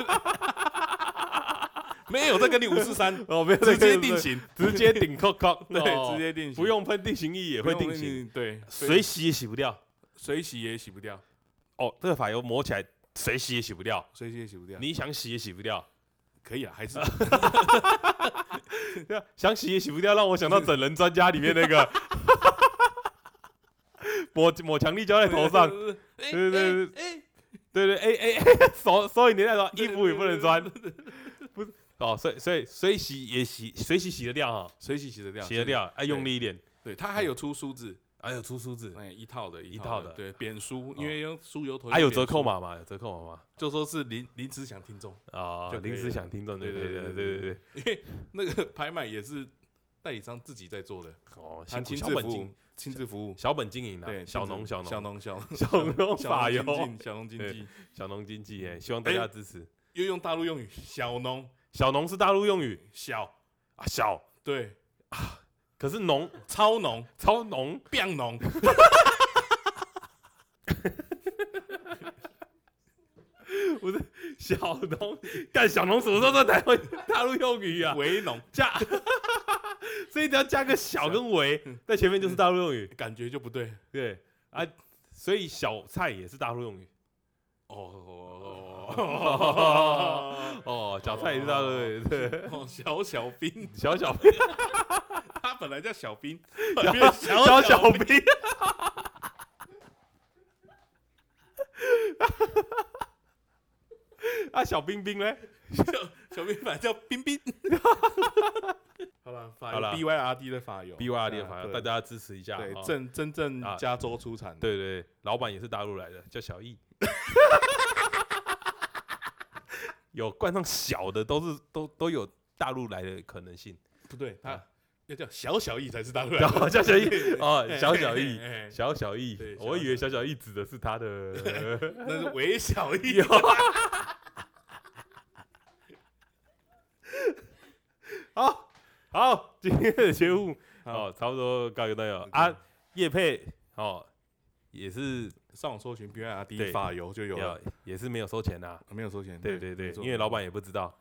Speaker 1: 没有再跟你五四三，
Speaker 2: 哦，没 有
Speaker 1: 直接定，型，
Speaker 2: 直接顶扣扣，
Speaker 1: 对，直接定型，
Speaker 2: 哦不用喷定型液也
Speaker 1: 不
Speaker 2: 会
Speaker 1: 用
Speaker 2: 定
Speaker 1: 跟
Speaker 2: 型，
Speaker 1: 你，对，
Speaker 2: 水洗也洗不掉。
Speaker 1: 水洗也洗不掉，
Speaker 2: 哦，这个发油抹起来，水洗也洗不掉，
Speaker 1: 水洗也洗不掉，
Speaker 2: 你想洗也洗不掉，
Speaker 1: 可以啊，还是
Speaker 2: 想洗也洗不掉，让我想到整人专家里面那个 抹抹强力胶在 头上，
Speaker 1: 对
Speaker 2: 对对
Speaker 1: 对，哎
Speaker 2: 对对，哎哎哎， 手手也粘在头上，衣服也不能 穿，不是哦，所以所以水洗也洗，水洗洗得掉哈，
Speaker 1: 水洗洗得掉，
Speaker 2: 洗得，掉，哎，用力一点，
Speaker 1: 对，它还有出梳子，
Speaker 2: 哎有出梳子，
Speaker 1: 哎，一套的，
Speaker 2: 一套的哦
Speaker 1: 的，
Speaker 2: 啊
Speaker 1: 对，扁梳，因为用梳油头，
Speaker 2: 还有折扣？码吗？有折扣码吗？
Speaker 1: 就说是临临时想听众，
Speaker 2: 啊，
Speaker 1: 就可以
Speaker 2: 临时想听众，对
Speaker 1: 对
Speaker 2: 对
Speaker 1: 对
Speaker 2: 对对
Speaker 1: 对
Speaker 2: 对对，
Speaker 1: 因为那个 拍卖也是代理商自己在做的，
Speaker 2: 哦，
Speaker 1: 他
Speaker 2: 辛苦
Speaker 1: 亲
Speaker 2: 小
Speaker 1: 自
Speaker 2: 本
Speaker 1: 服
Speaker 2: 经
Speaker 1: 务，亲自服务，
Speaker 2: 小本经营啊，
Speaker 1: 对，
Speaker 2: 小
Speaker 1: 亲自
Speaker 2: 农小
Speaker 1: 小
Speaker 2: 农
Speaker 1: 农小农
Speaker 2: 小农法油
Speaker 1: 小农经济，小农经济，
Speaker 2: 小农经济，哎，希望大家支持。
Speaker 1: 又用大陆用语，小农
Speaker 2: 小农是大陆用语
Speaker 1: 小，
Speaker 2: 啊，小，
Speaker 1: 对，
Speaker 2: 可是农
Speaker 1: 超农
Speaker 2: 超农，
Speaker 1: 变 农，
Speaker 2: 小农，干小农什么时候在台湾大陆用语啊？
Speaker 1: 为农，
Speaker 2: 加， 所以只要加个小跟为在前面就是大陆用语，
Speaker 1: 感觉就不对。
Speaker 2: 对啊，所以小菜也是大陆用语。
Speaker 1: 哦
Speaker 2: 哦，小菜也是大陆用语，对，
Speaker 1: 哦，小小兵，
Speaker 2: 小小
Speaker 1: 他本来叫小兵，
Speaker 2: 小小 小兵。啊，小冰冰嘞？
Speaker 1: 小兵本来叫冰 冰。好了，法
Speaker 2: 好啦
Speaker 1: B Y R D 的法友哦
Speaker 2: B Y R 的朋友，大
Speaker 1: 啊对
Speaker 2: 家支持一下。
Speaker 1: 对
Speaker 2: 哦
Speaker 1: 正真正
Speaker 2: 啊
Speaker 1: 加州出产的，
Speaker 2: 对对，对老板也是大陆来的，叫小 易。有冠上小的都是都都有大陆来的可能性，
Speaker 1: 不对？他
Speaker 2: 啊
Speaker 1: 要叫小小易才是大陆
Speaker 2: 然
Speaker 1: 人。
Speaker 2: 后叫 小易哦，小小易，
Speaker 1: 易，
Speaker 2: 小小易
Speaker 1: 对，小
Speaker 2: 我以为小小易指的是 他的
Speaker 1: 那是韦小易。
Speaker 2: 有。好好，今天的节目
Speaker 1: 好
Speaker 2: 哦，差不多告一个段落啊。叶佩哦，也是
Speaker 1: 上网搜寻 B Y R
Speaker 2: 对
Speaker 1: D 法油就有了
Speaker 2: 有，，也是没有收钱呐。
Speaker 1: 没有收 钱。
Speaker 2: 对对对
Speaker 1: 没，错
Speaker 2: 因为老板也不知道，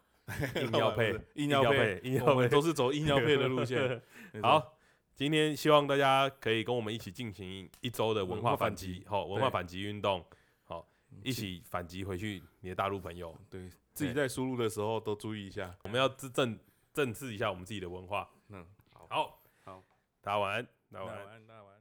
Speaker 2: 硬要配，
Speaker 1: 硬要配，
Speaker 2: 硬
Speaker 1: 我
Speaker 2: 要
Speaker 1: 们
Speaker 2: 配。
Speaker 1: 都是走硬要配的路线。没错，
Speaker 2: 好，今天希望大家可以跟我们一起进行一周的文化反击，好，文化
Speaker 1: 对
Speaker 2: 反击运动，好，一起反击回去你的大陆朋友。
Speaker 1: 嗯对自己在输入的时候都注意一下。
Speaker 2: 我们要自正正视一下我们自己的文化。
Speaker 1: 嗯，
Speaker 2: 好，
Speaker 1: 好，
Speaker 2: 大家晚安，大
Speaker 1: 那
Speaker 2: 家晚安
Speaker 1: 晚。安，那晚安。